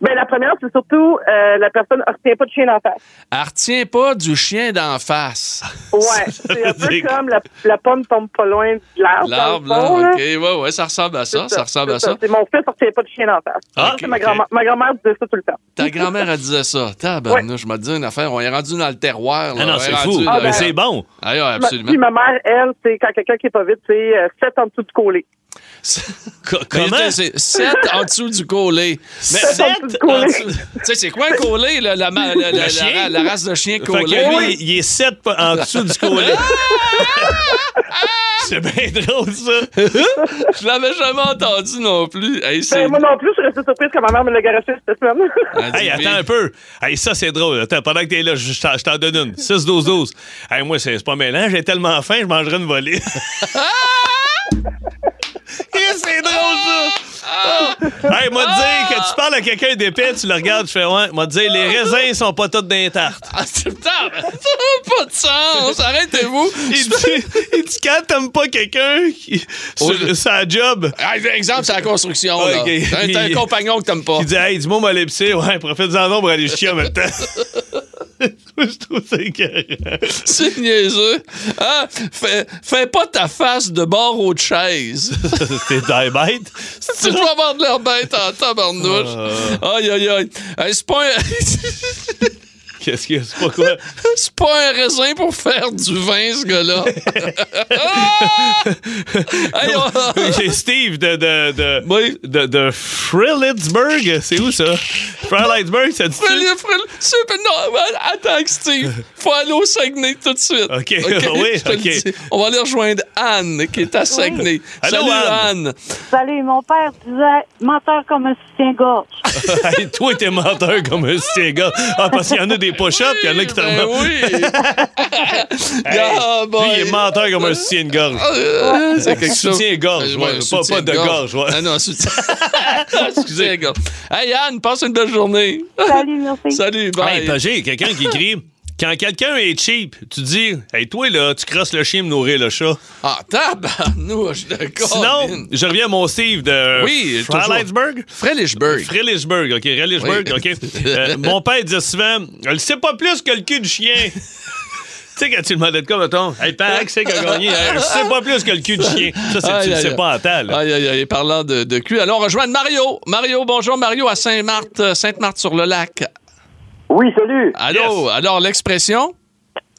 [SPEAKER 11] Ben, la première, c'est surtout euh, la personne ne retient pas de chien d'en face.
[SPEAKER 2] Elle retient pas du chien d'en face. *laughs*
[SPEAKER 11] Ouais, c'est un peu
[SPEAKER 2] dire-
[SPEAKER 11] comme la, la pomme tombe pas loin de l'arbre.
[SPEAKER 2] L'arbre,
[SPEAKER 11] dans le fond,
[SPEAKER 2] là,
[SPEAKER 11] là.
[SPEAKER 2] OK, ouais, ouais, ça ressemble à ça,
[SPEAKER 11] hein? C'est
[SPEAKER 2] ça, ressemble
[SPEAKER 11] c'est
[SPEAKER 2] à ça.
[SPEAKER 11] C'est mon fils ne retient pas de chien d'en face.
[SPEAKER 2] Ah,
[SPEAKER 11] C'est
[SPEAKER 2] ok,
[SPEAKER 11] ma
[SPEAKER 2] ok.
[SPEAKER 11] grand-mère ma grand-mère disait ça tout le temps.
[SPEAKER 2] Ta grand-mère, elle disait ça. Tabarnouche, je me dis une affaire, on est rendu dans le terroir. Là,
[SPEAKER 1] Ah non,
[SPEAKER 2] on est
[SPEAKER 1] c'est
[SPEAKER 2] rendu
[SPEAKER 1] fou.
[SPEAKER 2] dans-
[SPEAKER 1] Ah, ben- Mais c'est bon.
[SPEAKER 2] Ah, ouais, absolument.
[SPEAKER 11] Puis ma mère, elle, c'est quand quelqu'un qui est pas vite, c'est euh, sept en dessous de coller.
[SPEAKER 2] Comment? C'est 7 en dessous du collet. *laughs*
[SPEAKER 11] Sept en dessous du collet.
[SPEAKER 1] Ah,
[SPEAKER 11] Ben,
[SPEAKER 2] Tu sais, c'est quoi un collet, là, la, ma- la- la- la-
[SPEAKER 1] chien?
[SPEAKER 2] la race de chien
[SPEAKER 1] Fait
[SPEAKER 2] collet?
[SPEAKER 1] que lui, il est 7 en dessous du collet. c'est bien drôle, ça.
[SPEAKER 2] Je l'avais jamais entendu non plus. Hey, c'est-
[SPEAKER 11] Ben, moi non plus, je suis restée surprise que ma mère me l'a garoché
[SPEAKER 12] *laughs*
[SPEAKER 11] cette semaine.
[SPEAKER 1] Hey, attends un peu. Hey, ça, c'est drôle. Attends, pendant que t'es là, je je t'en je t'en donne une. 6-12-12. Hey, moi, c'est c'est pas mêlant. J'ai tellement faim, je mangerai une volée. *laughs* Eh, c'est drôle, ça! hey, moi, te dire que tu parles à quelqu'un d'épais, tu le regardes, tu fais, ouais, moi, te dire, les raisins sont pas tous d'un tarte.
[SPEAKER 2] *laughs* Ah, putain, mais ça n'a pas de sens. Arrêtez-vous.
[SPEAKER 1] Il dit, il dit, quand t'aimes pas quelqu'un, qui- sur sa job.
[SPEAKER 2] ben, exemple, c'est la construction.
[SPEAKER 1] Ouais,
[SPEAKER 2] là.
[SPEAKER 1] ok.
[SPEAKER 2] T'as un- t'as
[SPEAKER 1] *laughs*
[SPEAKER 2] un compagnon que t'aimes pas.
[SPEAKER 1] Il dit, hey, dis-moi, mon l'épicé, ouais, profite-en donc pour aller chier en même temps. *laughs* je trouve ça écœurant.
[SPEAKER 2] C'est niaiseux. Hein? Fais, fais pas ta face de bord aux chaises. *laughs*
[SPEAKER 1] T'es dans bête.
[SPEAKER 2] tu vas avoir de l'air bête en tabarnouche.
[SPEAKER 1] Ah.
[SPEAKER 2] Aïe, aïe, aïe. Hey, c'est pas un... *laughs*
[SPEAKER 1] Qu'est-ce que c'est pas quoi?
[SPEAKER 2] c'est pas un raisin pour faire du vin, ce
[SPEAKER 1] *laughs*
[SPEAKER 2] gars-là. *laughs* Hey,
[SPEAKER 1] *laughs*
[SPEAKER 2] on-
[SPEAKER 1] J'ai Steve de, de, de, de, de Frilitzburg. C'est où ça? Frilitzburg, ça dit.
[SPEAKER 2] Frille, frille. Ben, C'est pas- Non, attends, Steve. Faut aller au Saguenay tout de suite. OK,
[SPEAKER 1] *laughs* oui,
[SPEAKER 2] je te le
[SPEAKER 1] OK.
[SPEAKER 2] dis. On va aller rejoindre Anne, qui est à Saguenay.
[SPEAKER 1] Allô,
[SPEAKER 2] Salut,
[SPEAKER 1] Anne.
[SPEAKER 2] Anne.
[SPEAKER 13] Salut, mon père disait menteur comme un soutien-gorge.
[SPEAKER 1] *laughs* hey, toi, t'es menteur comme un style, gars. Ah, parce qu'il y en a des push-ups, il y en a qui te
[SPEAKER 2] Ben oui.
[SPEAKER 1] *laughs* Hey, lui, il est menteur comme un soutien-gorge.
[SPEAKER 2] Euh, c'est quelque chose.
[SPEAKER 1] Soutien-gorge,
[SPEAKER 2] Euh,
[SPEAKER 1] ouais,
[SPEAKER 2] ouais,
[SPEAKER 1] pas, pas de
[SPEAKER 2] soutien-gorge.
[SPEAKER 1] gorge. Ouais.
[SPEAKER 2] Ah non,
[SPEAKER 1] *laughs*
[SPEAKER 2] soutien. Ah, Soutien-gorge. Hey Anne, passe une belle journée.
[SPEAKER 13] Salut, merci.
[SPEAKER 2] *laughs* Salut, bye.
[SPEAKER 1] Hey, Pagé, quelqu'un qui crie. Quand quelqu'un est cheap, tu dis, hey, toi, là, tu crosses le chien, me nourrir le chat.
[SPEAKER 2] Ah, tabarnouche, d'accord.
[SPEAKER 1] Sinon, je reviens à mon Steve de
[SPEAKER 2] Oui, toujours.
[SPEAKER 1] Frilitzburg.
[SPEAKER 2] Frelichburg.
[SPEAKER 1] Frelichburg, OK. Frelichburg,
[SPEAKER 2] Oui.
[SPEAKER 1] OK. Euh, mon père dit souvent, elle sait pas plus que le cul du chien. *laughs* tu sais, quand tu demandais de quoi, mettons, hey, père, qui c'est qui a gagné?
[SPEAKER 2] *laughs*
[SPEAKER 1] Elle sait pas plus que le cul du chien. Ça, c'est, tu
[SPEAKER 2] Aïe,
[SPEAKER 1] le
[SPEAKER 2] aïe,
[SPEAKER 1] sais
[SPEAKER 2] aïe.
[SPEAKER 1] pas en temps, là.
[SPEAKER 2] Aïe, aïe, aïe, parlant de, de cul. Alors, on rejoint Mario. Mario, bonjour, Mario, à Sainte-Marthe, euh, Sainte-Marthe sur le lac.
[SPEAKER 14] Oui, salut.
[SPEAKER 2] Allô, alors, l'expression?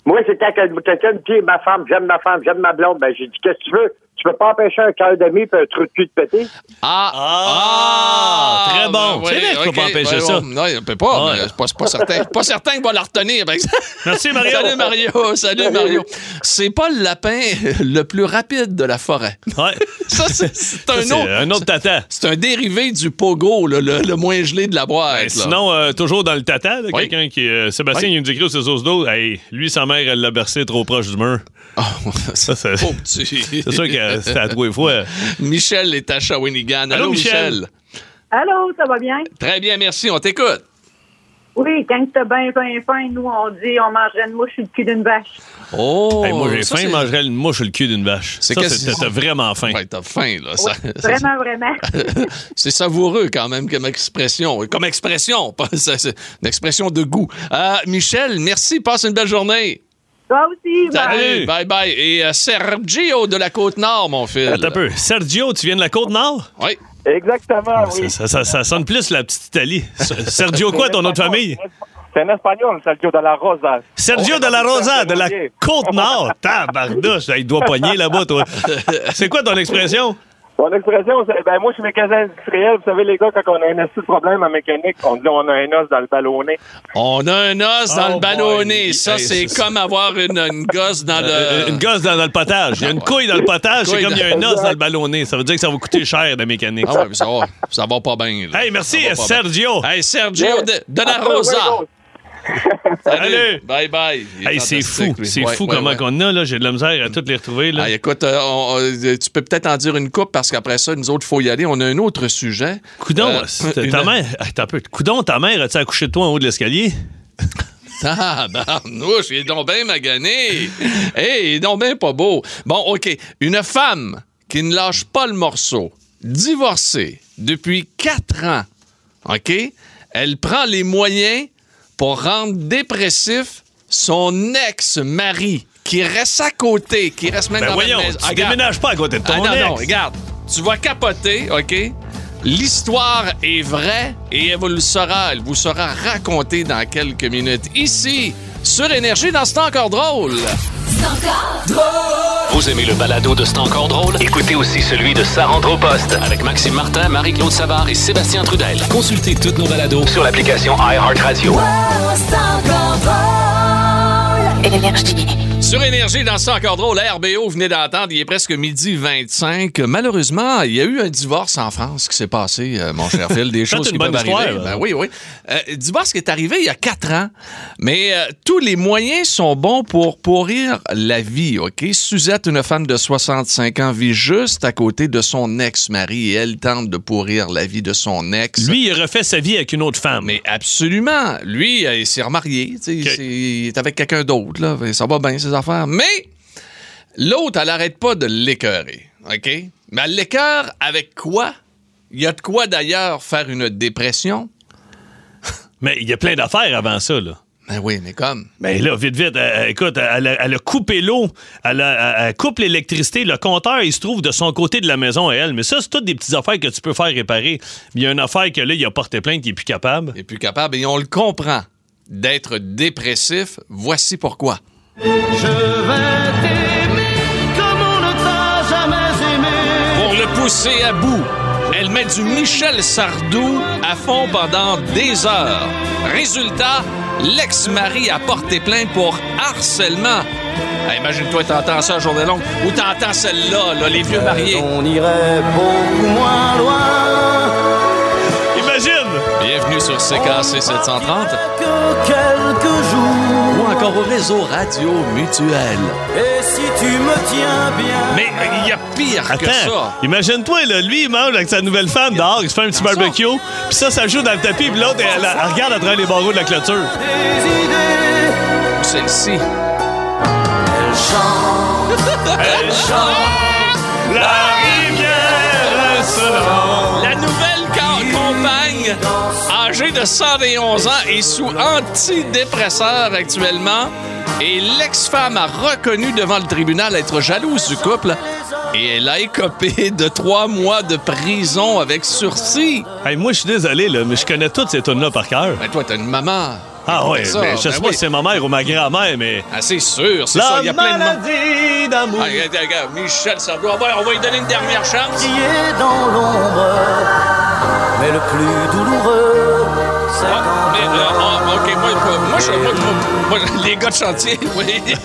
[SPEAKER 14] Moi, c'était quand quelqu'un me dit ma femme, j'aime ma femme, j'aime ma blonde. Ben, j'ai dit qu'est-ce que tu veux? Tu peux pas empêcher un cœur de mie et un trou de cul de péter?
[SPEAKER 2] Ah!
[SPEAKER 1] Ah! Très bon.
[SPEAKER 2] ben
[SPEAKER 1] c'est vrai qu'on
[SPEAKER 2] ouais,
[SPEAKER 1] peut pas
[SPEAKER 2] ok,
[SPEAKER 1] empêcher
[SPEAKER 2] ouais,
[SPEAKER 1] ça.
[SPEAKER 2] bon. Non, il peut pas. mais c'est pas, c'est pas certain. pas certain qu'il va la retenir. *laughs* par exemple.
[SPEAKER 1] Merci, Mario.
[SPEAKER 2] Salut, Mario. Salut, Mario. C'est pas le lapin *laughs* le plus rapide de la forêt.
[SPEAKER 1] Ouais.
[SPEAKER 2] Ça, c'est c'est un
[SPEAKER 1] c'est
[SPEAKER 2] autre.
[SPEAKER 1] un autre tata.
[SPEAKER 2] C'est un dérivé du pogo, là, le, le moins gelé de la boîte. là.
[SPEAKER 1] Sinon, euh, toujours dans le tata, là,
[SPEAKER 2] Oui.
[SPEAKER 1] quelqu'un qui. euh, Sébastien, il nous écrit sur ses os d'eau, hey, lui, sa mère, elle l'a bercé trop proche du mur. ça, c'est.
[SPEAKER 2] *laughs* Oh, petit.
[SPEAKER 1] C'est
[SPEAKER 2] *laughs*
[SPEAKER 1] sûr que c'était à trois fois.
[SPEAKER 2] Michel est à Shawinigan. Allô,
[SPEAKER 1] Allô, Michel.
[SPEAKER 2] Michel.
[SPEAKER 12] Allô, ça va bien?
[SPEAKER 2] Très bien, merci. On t'écoute.
[SPEAKER 12] Oui, quand t'as bien, bien faim, nous, on dit on mangerait une mouche sur le cul d'une vache.
[SPEAKER 2] Oh!
[SPEAKER 1] Hey, moi, j'ai
[SPEAKER 2] ça,
[SPEAKER 1] faim,
[SPEAKER 2] c'est-
[SPEAKER 1] je mangerais une mouche sur le cul d'une vache.
[SPEAKER 2] C'est
[SPEAKER 1] Ça,
[SPEAKER 2] qu'est-ce-
[SPEAKER 1] c'est- t'as vraiment faim.
[SPEAKER 2] *laughs* Ouais, t'as faim, là. Ça-
[SPEAKER 12] Vraiment, vraiment.
[SPEAKER 2] *laughs* c'est savoureux quand même comme expression. Comme expression, pas- ça, c'est une expression de goût. Euh, Michel, merci, passe une belle journée.
[SPEAKER 12] Toi
[SPEAKER 2] *laughs*
[SPEAKER 12] aussi,
[SPEAKER 2] Salut, bye bye. Et euh, Sergio de la Côte-Nord, mon fils.
[SPEAKER 1] Attends un peu. Sergio, tu viens de la Côte-Nord?
[SPEAKER 2] Oui.
[SPEAKER 15] Exactement, oui.
[SPEAKER 1] Ça, ça- ça sonne plus la petite Italie. S- Sergio quoi, ton autre famille?
[SPEAKER 15] C'est un espagnol, Sergio de la Rosa.
[SPEAKER 1] Sergio
[SPEAKER 15] Oh,
[SPEAKER 1] de la Rosa, de la
[SPEAKER 15] Rosa.
[SPEAKER 1] Côte-Nord. Tabardouche, Hey, il doit pogner là-bas,
[SPEAKER 2] *laughs*
[SPEAKER 1] toi. C'est quoi ton expression?
[SPEAKER 15] Mon expression, c'est, ben moi, je suis mécanicien industriel. Vous savez, les gars, quand on a un esti de problème en mécanique, on dit on a un os dans le ballonnet.
[SPEAKER 2] On a un os dans
[SPEAKER 15] Oh
[SPEAKER 2] le ballonnet.
[SPEAKER 15] boy.
[SPEAKER 2] Ça,
[SPEAKER 15] Hey,
[SPEAKER 2] c'est
[SPEAKER 15] ça,
[SPEAKER 2] comme avoir une, une gosse dans
[SPEAKER 1] Euh,
[SPEAKER 2] le.
[SPEAKER 1] une gosse dans, dans le potage. Il y a une couille dans le potage, c'est
[SPEAKER 2] Couille
[SPEAKER 1] comme il y a
[SPEAKER 2] dans-
[SPEAKER 1] un os dans le ballonnet. Ça veut dire que ça va coûter cher, la mécanique.
[SPEAKER 2] Ah ouais, mais ça va, ça va pas bien. là.
[SPEAKER 1] Hey, merci,
[SPEAKER 2] Ça va pas
[SPEAKER 1] Sergio.
[SPEAKER 2] Hey, Sergio de, de la
[SPEAKER 1] Après,
[SPEAKER 2] Rosa.
[SPEAKER 1] Ah, ouais,
[SPEAKER 2] *laughs* Salut. Bye bye. Il est
[SPEAKER 1] Hey, c'est fou.
[SPEAKER 2] fantastique, lui.
[SPEAKER 1] C'est
[SPEAKER 2] Ouais,
[SPEAKER 1] fou
[SPEAKER 2] ouais,
[SPEAKER 1] comment
[SPEAKER 2] ouais.
[SPEAKER 1] qu'on a, là. J'ai de la misère à toutes les retrouver, là.
[SPEAKER 2] Ah, écoute, euh, on- on- tu peux peut-être en dire une coupe parce qu'après ça, nous autres, il faut y aller. On a un autre sujet.
[SPEAKER 1] Coudon,
[SPEAKER 2] Euh,
[SPEAKER 1] c'est-
[SPEAKER 2] une-
[SPEAKER 1] ta mère. Attends un peu. Coudon, ta mère a-tu accouché de toi en haut de l'escalier?
[SPEAKER 2] *laughs* Ah, barnouche, il est donc bien magané. Hey, il est donc bien pas beau. Bon, OK. Une femme qui ne lâche pas le morceau, divorcée depuis quatre ans, OK? Elle prend les moyens pour rendre dépressif son ex-mari qui reste à côté, qui reste même
[SPEAKER 1] Ben
[SPEAKER 2] dans la
[SPEAKER 1] voyons,
[SPEAKER 2] maison. Ah,
[SPEAKER 1] tu
[SPEAKER 2] Regarde.
[SPEAKER 1] déménages pas à côté de ton
[SPEAKER 2] Ah non,
[SPEAKER 1] ex.
[SPEAKER 2] non, regarde. Tu vas capoter, OK? L'histoire est vraie et elle vous le sera, elle vous sera racontée dans quelques minutes. Ici, sur Énergie, dans C'est encore drôle.
[SPEAKER 3] Vous aimez le balado de C'est encore drôle? Écoutez aussi celui de Sa rentre au poste avec Maxime Martin, Marie-Claude Savard et Sébastien Trudel. Consultez tous nos balados sur l'application iHeartRadio.
[SPEAKER 2] Sur Énergie, dans C'est encore drôle, la RBO, vous venez d'entendre, il est presque midi 25. Malheureusement, il y a eu un divorce en France qui s'est passé, euh, mon cher Phil, des
[SPEAKER 1] *laughs* Faites
[SPEAKER 2] choses
[SPEAKER 1] une
[SPEAKER 2] qui
[SPEAKER 1] bonne
[SPEAKER 2] peuvent arriver.
[SPEAKER 1] histoire, là.
[SPEAKER 2] Ben oui, oui. Euh, divorce qui est arrivé il y a quatre ans, mais euh, tous les moyens sont bons pour pourrir la vie, OK? Suzette, une femme de 65 ans, vit juste à côté de son ex-mari et elle tente de pourrir la vie de son ex.
[SPEAKER 1] Lui, il refait sa vie avec une autre femme.
[SPEAKER 2] Ah, Mais absolument. Lui, euh, il s'est remarié. tu sais, il s'est- Il est avec quelqu'un d'autre. là. Fait que Ça va bien, ses affaires. Mais l'autre, elle n'arrête pas de l'écœurer. OK? Mais elle l'écœure avec quoi? Il y a de quoi d'ailleurs faire une dépression?
[SPEAKER 1] Mais il y a plein d'affaires avant ça, là.
[SPEAKER 2] Ben oui, mais comme.
[SPEAKER 1] Mais là, vite, vite, euh, écoute, elle a, elle a coupé l'eau, elle, a- elle- elle coupe l'électricité, le compteur, il se trouve de son côté de la maison à elle. Mais ça, c'est toutes des petites affaires que tu peux faire réparer. Mais il y a une affaire que là, il a porté plainte, il n'est plus capable.
[SPEAKER 2] Il n'est plus capable et on le comprend. D'être dépressif, voici pourquoi. Pour le pousser à bout, elle met du Michel Sardou à fond pendant des heures. Résultat, l'ex-mari a porté plainte pour harcèlement. Ah, Imagine-toi, t'entends ça à journée longue ou t'entends celle-là, là, les vieux mariés. On irait beaucoup moins loin.
[SPEAKER 1] Imagine!
[SPEAKER 2] Bienvenue sur
[SPEAKER 3] Ah,
[SPEAKER 2] CKC 730. Ou encore au réseau Radio Mutuel.
[SPEAKER 4] Et si tu me tiens bien.
[SPEAKER 2] Mais
[SPEAKER 1] euh,
[SPEAKER 2] il y a pire
[SPEAKER 1] Attends,
[SPEAKER 2] que ça.
[SPEAKER 1] imagine-toi, là, lui, il mange avec sa nouvelle femme dehors, il se fait un petit barbecue, puis ça, ça joue dans le tapis, puis l'autre, elle, elle regarde à travers les barreaux de la clôture.
[SPEAKER 2] Celle-ci.
[SPEAKER 4] Elle chante la rivière selon.
[SPEAKER 2] La nouvelle ca- compagne, âgée de 111 ans, est sous antidépresseur actuellement et l'ex-femme a reconnu devant le tribunal être jalouse du couple et elle a écopé de trois mois de prison avec sursis.
[SPEAKER 1] Hey, moi, je suis désolé, là, mais je connais toutes ces tunes-là par cœur.
[SPEAKER 2] Mais toi, t'as une maman.
[SPEAKER 1] Ah ouais,
[SPEAKER 2] Ça,
[SPEAKER 1] mais je sais
[SPEAKER 2] ben
[SPEAKER 1] pas
[SPEAKER 2] oui.
[SPEAKER 1] si c'est ma mère ou ma grand-mère, mais...
[SPEAKER 2] Ah, c'est sûr, c'est
[SPEAKER 1] La
[SPEAKER 2] ça, il y a plein de... monde.
[SPEAKER 1] maladie d'amour.
[SPEAKER 2] Ah, regarde, regarde, Michel Sardou, on va- on va lui donner une dernière chance.
[SPEAKER 4] Qui est dans l'ombre. Mais le plus douloureux, c'est quand
[SPEAKER 2] Mais, euh, ah, ok, moi, moi, moi, je- moi, moi, *laughs* moi, les gars de chantier, oui. *laughs*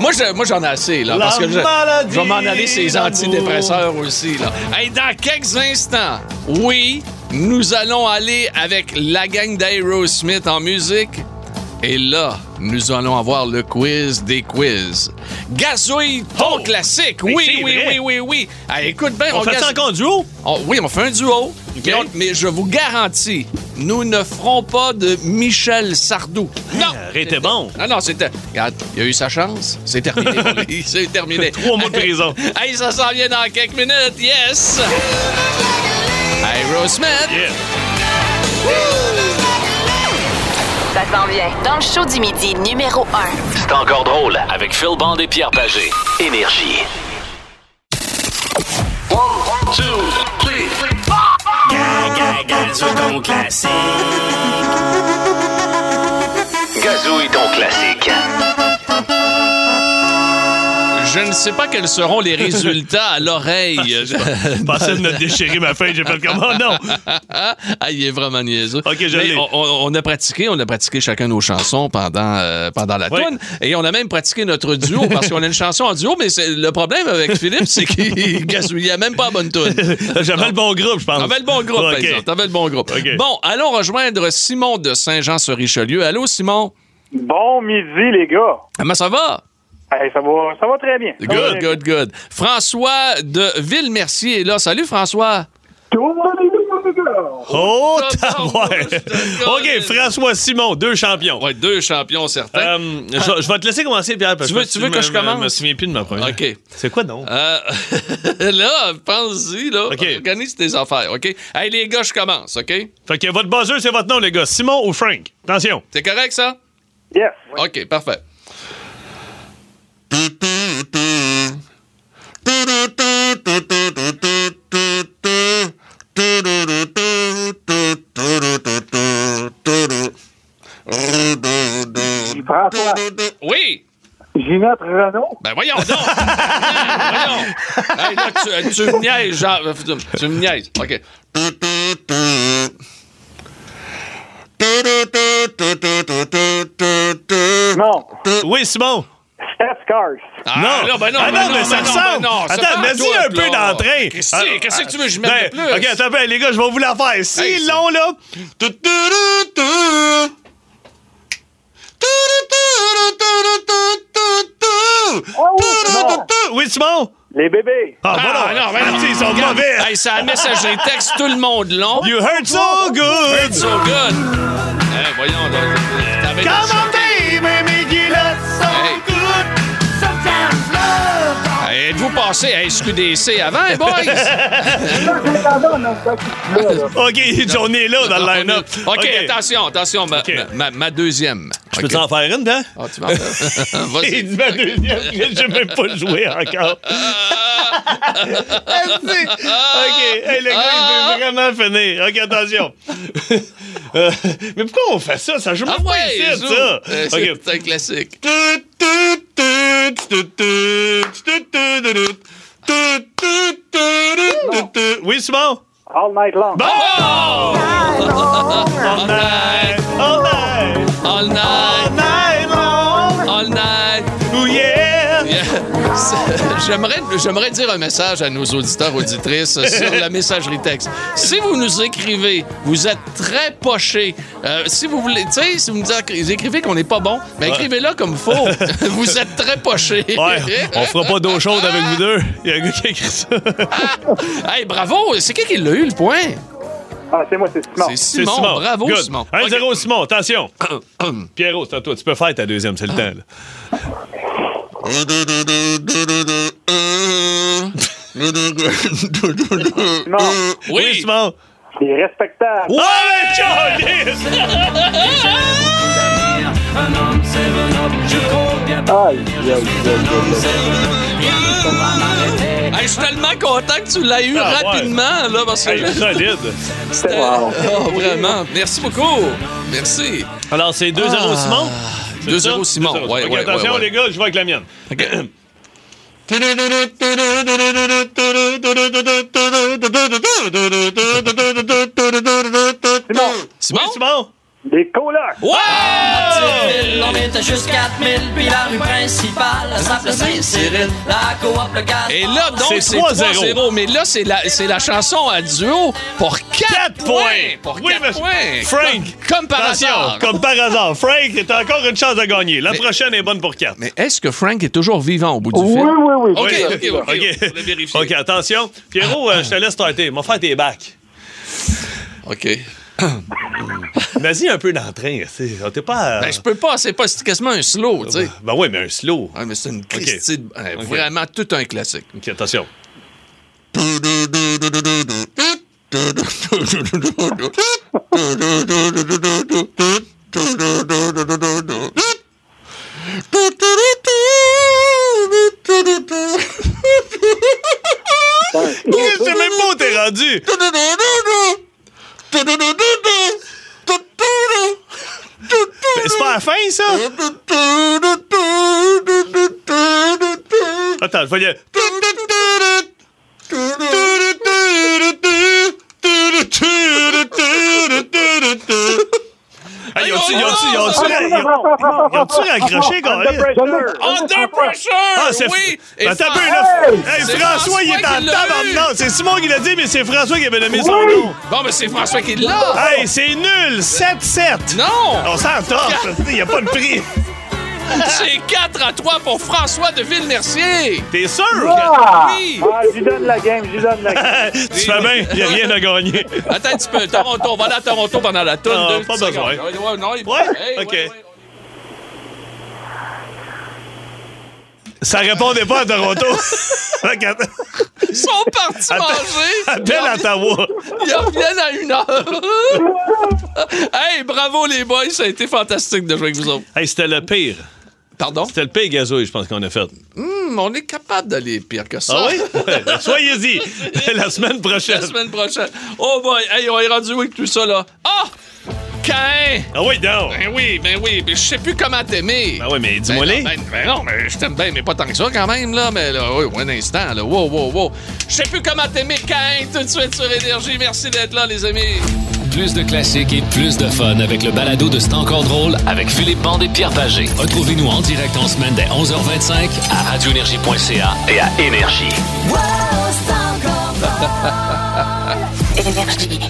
[SPEAKER 2] moi, je- moi, j'en ai assez, là.
[SPEAKER 4] La
[SPEAKER 2] parce que je,
[SPEAKER 4] maladie
[SPEAKER 2] je vais m'en aller ces
[SPEAKER 4] d'amour.
[SPEAKER 2] antidépresseurs aussi, là. Hey, dans quelques instants, oui, nous allons aller avec la gang d'Aerosmith en musique. Et là, nous allons avoir le quiz des quiz. Gazouille ton classique.
[SPEAKER 1] Oh!
[SPEAKER 2] Oui,
[SPEAKER 1] mais
[SPEAKER 2] oui,
[SPEAKER 1] c'est
[SPEAKER 2] oui,
[SPEAKER 1] vrai.
[SPEAKER 2] oui, oui, Hey, écoute bien,
[SPEAKER 1] On fait
[SPEAKER 2] gazouille-
[SPEAKER 1] ça encore en duo?
[SPEAKER 2] on- Ah, oui, on fait un duo. Mais, on- mais je vous garantis, nous ne ferons pas de Michel Sardou.
[SPEAKER 1] Hein,
[SPEAKER 2] Non! C'était bon. Non, non, c'était. Regarde, il a eu sa chance. C'est
[SPEAKER 1] *laughs*
[SPEAKER 2] terminé. pour lui. C'est terminé.
[SPEAKER 1] Trois mois de prison.
[SPEAKER 2] *laughs* hey, ça s'en vient dans quelques minutes. Yes! Hey, Rosemary!
[SPEAKER 6] Ça s'en vient dans le show du midi numéro 1.
[SPEAKER 3] C'est encore drôle avec Phil Bond et Pierre Pagé. Énergie.
[SPEAKER 4] Gazouille ton classique.
[SPEAKER 3] Gazouille ton classique.
[SPEAKER 2] Je ne sais pas quels seront
[SPEAKER 1] *laughs*
[SPEAKER 2] les résultats à l'oreille.
[SPEAKER 1] Ah, Je pensais de me déchirer ma feuille, j'ai fait comme, oh non! *laughs*
[SPEAKER 2] ah, il est vraiment niaiseux.
[SPEAKER 1] je
[SPEAKER 2] Mais
[SPEAKER 1] l'ai.
[SPEAKER 2] on, on- on a pratiqué, on a pratiqué chacun nos chansons pendant, euh, pendant la
[SPEAKER 1] Oui.
[SPEAKER 2] toune. Et on a même pratiqué notre duo parce qu'on a une chanson en duo, mais c'est- le problème avec Philippe, c'est
[SPEAKER 1] *laughs*
[SPEAKER 2] qu'il gaspillait même pas la bonne toune.
[SPEAKER 1] J'avais le bon groupe, je pense.
[SPEAKER 2] T'avais le bon groupe, par
[SPEAKER 1] Ok.
[SPEAKER 2] exemple. T'avais le bon groupe.
[SPEAKER 1] Ok.
[SPEAKER 2] Bon, allons rejoindre Simon de Saint-Jean-sur-Richelieu. Allô, Simon?
[SPEAKER 10] Bon midi, les gars.
[SPEAKER 2] Comment ça va?
[SPEAKER 10] Hey, ça, va, ça va très bien. Ça va
[SPEAKER 2] Good,
[SPEAKER 10] très bien.
[SPEAKER 2] good, good. François de Ville-Mercier est là. Salut, François.
[SPEAKER 1] Oh, tabarouette. *laughs* OK, François Simon, deux champions. Euh,
[SPEAKER 2] Oui, deux champions, certains.
[SPEAKER 1] je, je vais te laisser commencer, Pierre. parce
[SPEAKER 2] Tu veux-
[SPEAKER 1] me-
[SPEAKER 2] tu veux que
[SPEAKER 1] me-
[SPEAKER 2] je
[SPEAKER 1] me-
[SPEAKER 2] commence?
[SPEAKER 1] Je me souviens plus de ma première.
[SPEAKER 2] OK.
[SPEAKER 1] C'est quoi donc?
[SPEAKER 2] Euh, *laughs* là, pense-y, là. Organise tes affaires, OK? Hey, les gars, je commence, OK?
[SPEAKER 1] Fait que votre buzzer, c'est votre nom, les gars. Simon ou Frank? Attention.
[SPEAKER 2] C'est correct, ça?
[SPEAKER 1] Yes.
[SPEAKER 2] OK, parfait.
[SPEAKER 14] François.
[SPEAKER 2] Oui.
[SPEAKER 14] Ginette Renault.
[SPEAKER 2] Ben voyons donc! *laughs* voyons! Hey, là, tu, euh, tu me niaises, genre. euh, Tu, tu me niaises. OK.
[SPEAKER 14] Non.
[SPEAKER 1] Oui, Simon.
[SPEAKER 14] Steph Cars.
[SPEAKER 2] Ah, là, ben non,
[SPEAKER 1] Ah
[SPEAKER 2] ben non,
[SPEAKER 1] mais ça
[SPEAKER 2] ben non,
[SPEAKER 1] ressemble.
[SPEAKER 2] ben non, ça
[SPEAKER 1] attends,
[SPEAKER 2] parle
[SPEAKER 1] mais dis
[SPEAKER 2] toi,
[SPEAKER 1] un peu
[SPEAKER 2] là.
[SPEAKER 1] d'entrain.
[SPEAKER 2] Qu'est-ce que-
[SPEAKER 1] Ah,
[SPEAKER 2] qu'est-ce que tu veux que je mette de plus?
[SPEAKER 1] OK, attends, un peu, les gars, je vais vous la faire. Si
[SPEAKER 2] Hey, c'est-
[SPEAKER 1] long, là. Oui, Simon?
[SPEAKER 14] Les bébés.
[SPEAKER 1] Ah, voilà.
[SPEAKER 2] non, ben non.
[SPEAKER 1] Ils sont
[SPEAKER 2] Regarde,
[SPEAKER 1] mauvais.
[SPEAKER 2] Hey, ça a messagerie texte tout le monde long.
[SPEAKER 1] You heard so good.
[SPEAKER 2] Heard so good. Hey, voyons, là. t'avais- Hey, Êtes-vous passé à SQDC avant, les boys?
[SPEAKER 1] OK, *laughs* on est là dans le line-up.
[SPEAKER 2] Ah, OK, attention, attention, ma, ma- ma- ma deuxième.
[SPEAKER 1] Je peux t'en faire une, hein?
[SPEAKER 2] Ah, tu
[SPEAKER 1] *laughs*
[SPEAKER 2] m'en fais. Vas-y.
[SPEAKER 1] Il dit ma deuxième, j'ai même pas joué encore. Merci. OK, hey, le gars, il veut vraiment finir. OK, attention. Euh, mais pourquoi on fait ça? Ça joue même
[SPEAKER 2] Ah
[SPEAKER 1] pas
[SPEAKER 2] ouais,
[SPEAKER 1] ici,
[SPEAKER 2] joue.
[SPEAKER 1] ça.
[SPEAKER 2] Euh, c'est-
[SPEAKER 1] OK.
[SPEAKER 2] C'est un classique.
[SPEAKER 1] Oui, Simon?
[SPEAKER 14] All night long.
[SPEAKER 1] Bon!
[SPEAKER 2] All night,
[SPEAKER 1] all night,
[SPEAKER 2] all night,
[SPEAKER 1] night long.
[SPEAKER 2] all night.
[SPEAKER 1] Oh yeah!
[SPEAKER 2] Yeah. C'est- J'aimerais, j'aimerais dire un message à nos auditeurs,
[SPEAKER 1] *laughs*
[SPEAKER 2] auditrices sur la messagerie texte. Si vous nous écrivez, vous êtes très pochés. Euh, si vous voulez, tu sais, si vous nous écri- écrivez qu'on n'est pas bon, ben
[SPEAKER 1] Ouais.
[SPEAKER 2] écrivez-le comme
[SPEAKER 1] *laughs*
[SPEAKER 2] faut. vous êtes très pochés. *laughs*
[SPEAKER 1] Ouais, on fera pas d'eau chaude avec vous deux. Il y a un gars qui a écrit ça.
[SPEAKER 2] Ah, Hey, bravo! C'est qui qui l'a eu, le point?
[SPEAKER 14] Ah, c'est moi, c'est Simon.
[SPEAKER 2] C'est Simon. Bravo,
[SPEAKER 1] Good.
[SPEAKER 2] Simon.
[SPEAKER 1] 1-0, Simon. Attention.
[SPEAKER 2] *coughs*
[SPEAKER 1] Pierrot, c'est à toi. Tu peux faire ta deuxième, c'est le temps. là.
[SPEAKER 14] Non.
[SPEAKER 2] Oui.
[SPEAKER 1] Simon.
[SPEAKER 14] Les respectables.
[SPEAKER 1] Ouais, Johnny!
[SPEAKER 2] Hey, je suis tellement content que tu l'as eu
[SPEAKER 1] Ah, ouais.
[SPEAKER 2] rapidement, là, parce que...
[SPEAKER 1] Hey, solide.
[SPEAKER 2] C'était- Oh, vraiment. Merci beaucoup. Merci.
[SPEAKER 1] Alors, c'est 2-0
[SPEAKER 2] Ah.
[SPEAKER 1] Simon? C'est
[SPEAKER 2] 2-0
[SPEAKER 1] ça?
[SPEAKER 2] Simon.
[SPEAKER 1] 2-0.
[SPEAKER 2] Ouais,
[SPEAKER 1] Ok,
[SPEAKER 2] ouais,
[SPEAKER 1] attention,
[SPEAKER 2] ouais, ouais.
[SPEAKER 1] les gars, je vais avec la mienne.
[SPEAKER 2] Simon?
[SPEAKER 1] Oui, Simon?
[SPEAKER 14] Les colocs.
[SPEAKER 2] Ouais!
[SPEAKER 16] On était juste 4000, puis la rue principale, la simple Saint-Cyril, la coop, le gaz.
[SPEAKER 2] Et là, donc,
[SPEAKER 1] C'est
[SPEAKER 2] c'est
[SPEAKER 1] 3-0.
[SPEAKER 2] 3-0. Mais là, c'est la, c'est la chanson à duo pour 4
[SPEAKER 1] 4
[SPEAKER 2] points.
[SPEAKER 1] points!
[SPEAKER 2] Pour
[SPEAKER 1] Oui,
[SPEAKER 2] 4
[SPEAKER 1] monsieur.
[SPEAKER 2] points.
[SPEAKER 1] Frank!
[SPEAKER 2] Comme, comme par
[SPEAKER 1] Attention,
[SPEAKER 2] hasard.
[SPEAKER 1] Comme par hasard. Frank, t'as encore une chance de gagner. La
[SPEAKER 2] Mais-
[SPEAKER 1] prochaine est bonne pour 4.
[SPEAKER 2] Mais est-ce que Frank est toujours vivant au bout du
[SPEAKER 14] Oui,
[SPEAKER 2] fil?
[SPEAKER 14] oui, oui.
[SPEAKER 2] OK,
[SPEAKER 14] oui.
[SPEAKER 2] OK, OK. on voulait vérifier.
[SPEAKER 1] OK, attention. Pierrot, euh, je te laisse starter. Mon frère, t'es back.
[SPEAKER 2] OK.
[SPEAKER 1] Vas-y un peu d'entrain. tu sais. T'es pas. euh,
[SPEAKER 2] Ben, je peux pas. C'est pas c'est quasiment un slow, tu sais.
[SPEAKER 1] Ben oui, mais un slow.
[SPEAKER 2] Ouais, mais c'est une Christie de- ouais, Vraiment tout un classique.
[SPEAKER 1] OK, attention. Je sais même pas où t'es rendu. Ben, C'est pas la fin, ça? Attends, je vais le... Hey, ils ont-tu- ils ont-tu- ils ont-tu- ils ont- ils ont-tu raccroché, quand même?
[SPEAKER 2] Under pressure!
[SPEAKER 1] Ah, c'est...
[SPEAKER 2] oui! Et
[SPEAKER 1] Attends un peu,
[SPEAKER 2] Fran-
[SPEAKER 1] là. Hey,
[SPEAKER 2] C'est
[SPEAKER 1] François, il est en
[SPEAKER 2] qui l'a eu.
[SPEAKER 1] tabarnak. C'est Simon qui l'a dit, mais c'est François qui avait nommé son nom.
[SPEAKER 2] Bon, mais c'est François qui l'a!
[SPEAKER 1] Hey, c'est nul! 7-7!
[SPEAKER 2] Non! *laughs*
[SPEAKER 1] On s'en torche! Il n'y a pas de prix!
[SPEAKER 2] C'est 4 à 3 pour François de Villemercier.
[SPEAKER 1] T'es sûr?
[SPEAKER 2] Oui.
[SPEAKER 10] Ah, je lui donne la game, je lui donne la game.
[SPEAKER 1] *laughs* tu fais bien, il n'y a rien à gagner.
[SPEAKER 2] Attends un petit peu, Toronto, on va aller à Toronto pendant la toune.
[SPEAKER 1] Non,
[SPEAKER 2] Deux
[SPEAKER 1] pas
[SPEAKER 2] petites
[SPEAKER 1] besoin.
[SPEAKER 2] secondes. Ouais, ouais, non, il-
[SPEAKER 1] Ouais?
[SPEAKER 2] Hey,
[SPEAKER 1] OK. Ça répondait pas à Toronto.
[SPEAKER 2] *laughs* Ils sont partis
[SPEAKER 1] Attends-
[SPEAKER 2] manger.
[SPEAKER 1] Appelle à Ottawa.
[SPEAKER 2] Ils reviennent à une heure. *laughs* hey, bravo les boys, ça a été fantastique de jouer avec vous autres.
[SPEAKER 1] Hey, c'était le pire.
[SPEAKER 2] Pardon?
[SPEAKER 1] C'était le pire gazouille, je pense qu'on a fait.
[SPEAKER 2] Hmm, on est capable d'aller pire que ça.
[SPEAKER 1] Ah oui? Ouais, ben, Soyez-y. La semaine
[SPEAKER 2] *laughs*
[SPEAKER 1] prochaine.
[SPEAKER 2] La semaine prochaine. Oh boy, hey, on est rendu où avec tout ça là? Ah! Cain!
[SPEAKER 1] Ah oui, non!
[SPEAKER 2] Ben oui, ben oui, mais je sais plus comment t'aimer.
[SPEAKER 1] Ben oui, mais dis-moi les.
[SPEAKER 2] Ben, ben, ben non, mais je t'aime bien, mais pas tant que ça quand même, là. Mais là, oui, un instant, là. Wow, wow, wow. Je sais plus comment t'aimer, Cain, tout de suite sur Énergie. Merci d'être là, les amis.
[SPEAKER 3] Plus de classiques et plus de fun avec le balado de C'est encore drôle avec Philippe Bande et Pierre Pagé. Retrouvez-nous en direct en semaine dès 11h25 à radioénergie.ca et à Énergie.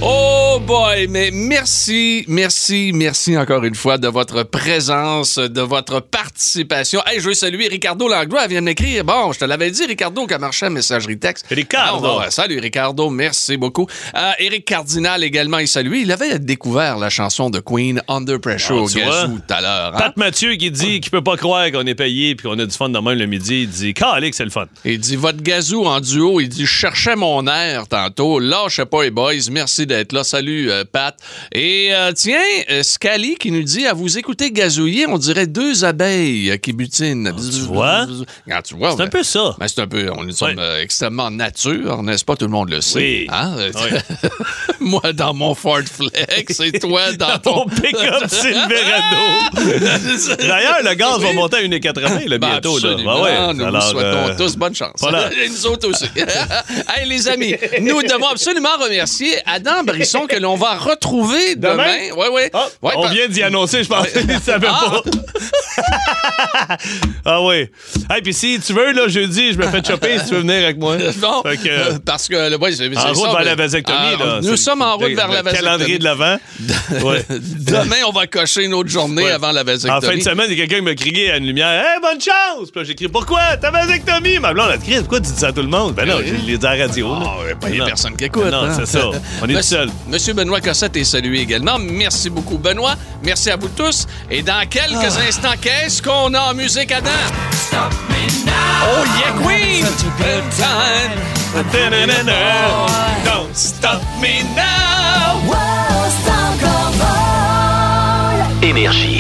[SPEAKER 2] Oh boy, mais merci, merci, merci encore une fois de votre présence, de votre participation. Hey, je veux saluer Ricardo Langlois, elle vient de m'écrire. Bon, je te l'avais dit, Ricardo, qu'elle marchait à messagerie texte.
[SPEAKER 1] Ricardo.
[SPEAKER 2] Ah, ouais, salut Ricardo, merci beaucoup. Euh, Eric Cardinal également est salué. Il avait découvert la chanson de Queen, Under Pressure,
[SPEAKER 1] Ah,
[SPEAKER 2] au
[SPEAKER 1] tu vois.
[SPEAKER 2] Gazou tout à l'heure. hein?
[SPEAKER 1] Pat Mathieu qui dit qu'il peut pas croire qu'on est payé puis qu'on a du fun demain le midi, il dit Calique, c'est le fun.
[SPEAKER 2] Il dit votre gazou en duo. Il dit je cherchais mon air tantôt. Lâchez pas les boys. Merci d'être là. Salut euh, Pat. Et euh, tiens, euh, Scali qui nous dit à vous écouter gazouiller, on dirait deux abeilles euh, qui butinent. tu vois Ah, tu vois.
[SPEAKER 1] Ah, C'est un peu ça.
[SPEAKER 2] Mais c'est un peu. On nous sommes euh, extrêmement nature, n'est-ce pas Tout le monde le sait.
[SPEAKER 1] Oui.
[SPEAKER 2] Hein? *laughs* Moi dans mon Ford Flex et
[SPEAKER 1] *laughs*
[SPEAKER 2] toi Ben, dans ton
[SPEAKER 1] Ton
[SPEAKER 2] *laughs*
[SPEAKER 1] pick-up Silverado. D'ailleurs, le gaz va
[SPEAKER 2] Oui.
[SPEAKER 1] monter à 1,80 là,
[SPEAKER 2] Ben,
[SPEAKER 1] bientôt. là.
[SPEAKER 2] absolument.
[SPEAKER 1] Ben
[SPEAKER 2] Nous
[SPEAKER 1] ouais.
[SPEAKER 2] vous
[SPEAKER 1] Alors,
[SPEAKER 2] souhaitons
[SPEAKER 1] euh,
[SPEAKER 2] tous bonne chance.
[SPEAKER 1] voilà.
[SPEAKER 2] *laughs* Et nous autres
[SPEAKER 1] *laughs*
[SPEAKER 2] aussi. hey, les amis, nous devons absolument remercier Adam Brisson que l'on va retrouver demain.
[SPEAKER 1] Demain?
[SPEAKER 2] Ouais, ouais. Ouais,
[SPEAKER 1] Ah, on
[SPEAKER 2] par- *laughs*
[SPEAKER 1] vient d'y annoncer, je pensais qu'ils ne savaient pas.
[SPEAKER 2] *laughs*
[SPEAKER 1] ah oui. Hey, puis si tu veux, là, jeudi, je me fais choper si tu veux venir
[SPEAKER 2] *laughs*
[SPEAKER 1] avec moi.
[SPEAKER 2] Non,
[SPEAKER 1] Fait que,
[SPEAKER 2] euh, parce que le boy, c'est c'est
[SPEAKER 1] en route
[SPEAKER 2] ça,
[SPEAKER 1] vers
[SPEAKER 2] mais-
[SPEAKER 1] la vasectomie.
[SPEAKER 2] Ah,
[SPEAKER 1] là.
[SPEAKER 2] Nous
[SPEAKER 1] C'est
[SPEAKER 2] sommes en route
[SPEAKER 1] le-
[SPEAKER 2] vers la
[SPEAKER 1] le
[SPEAKER 2] vasectomie.
[SPEAKER 1] calendrier de l'avant.
[SPEAKER 2] *laughs*
[SPEAKER 1] Ouais.
[SPEAKER 2] Demain, on va cocher une autre journée avant la vasectomie.
[SPEAKER 1] En fin de semaine, il y a quelqu'un qui m'a crié à une lumière Hey, bonne chance! Puis là, j'ai crié Pourquoi? Ta vasectomie! Ma blonde a crié Pourquoi tu dis ça à tout le monde? Ben non, je l'ai dit à la radio. là.
[SPEAKER 2] Ben, Il n'y a
[SPEAKER 1] Non.
[SPEAKER 2] personne qui écoute.
[SPEAKER 1] Non,
[SPEAKER 2] hein.
[SPEAKER 1] c'est ça. On est tout
[SPEAKER 2] Monsieur-
[SPEAKER 1] seul.
[SPEAKER 2] Monsieur Benoît Cossette est salué également. Merci beaucoup, Benoît. Merci à vous tous. Et dans quelques instants, qu'est-ce qu'on a en musique, Adam? Oh, yeah, Queen!
[SPEAKER 1] Don't stop me
[SPEAKER 2] now!
[SPEAKER 3] Énergie.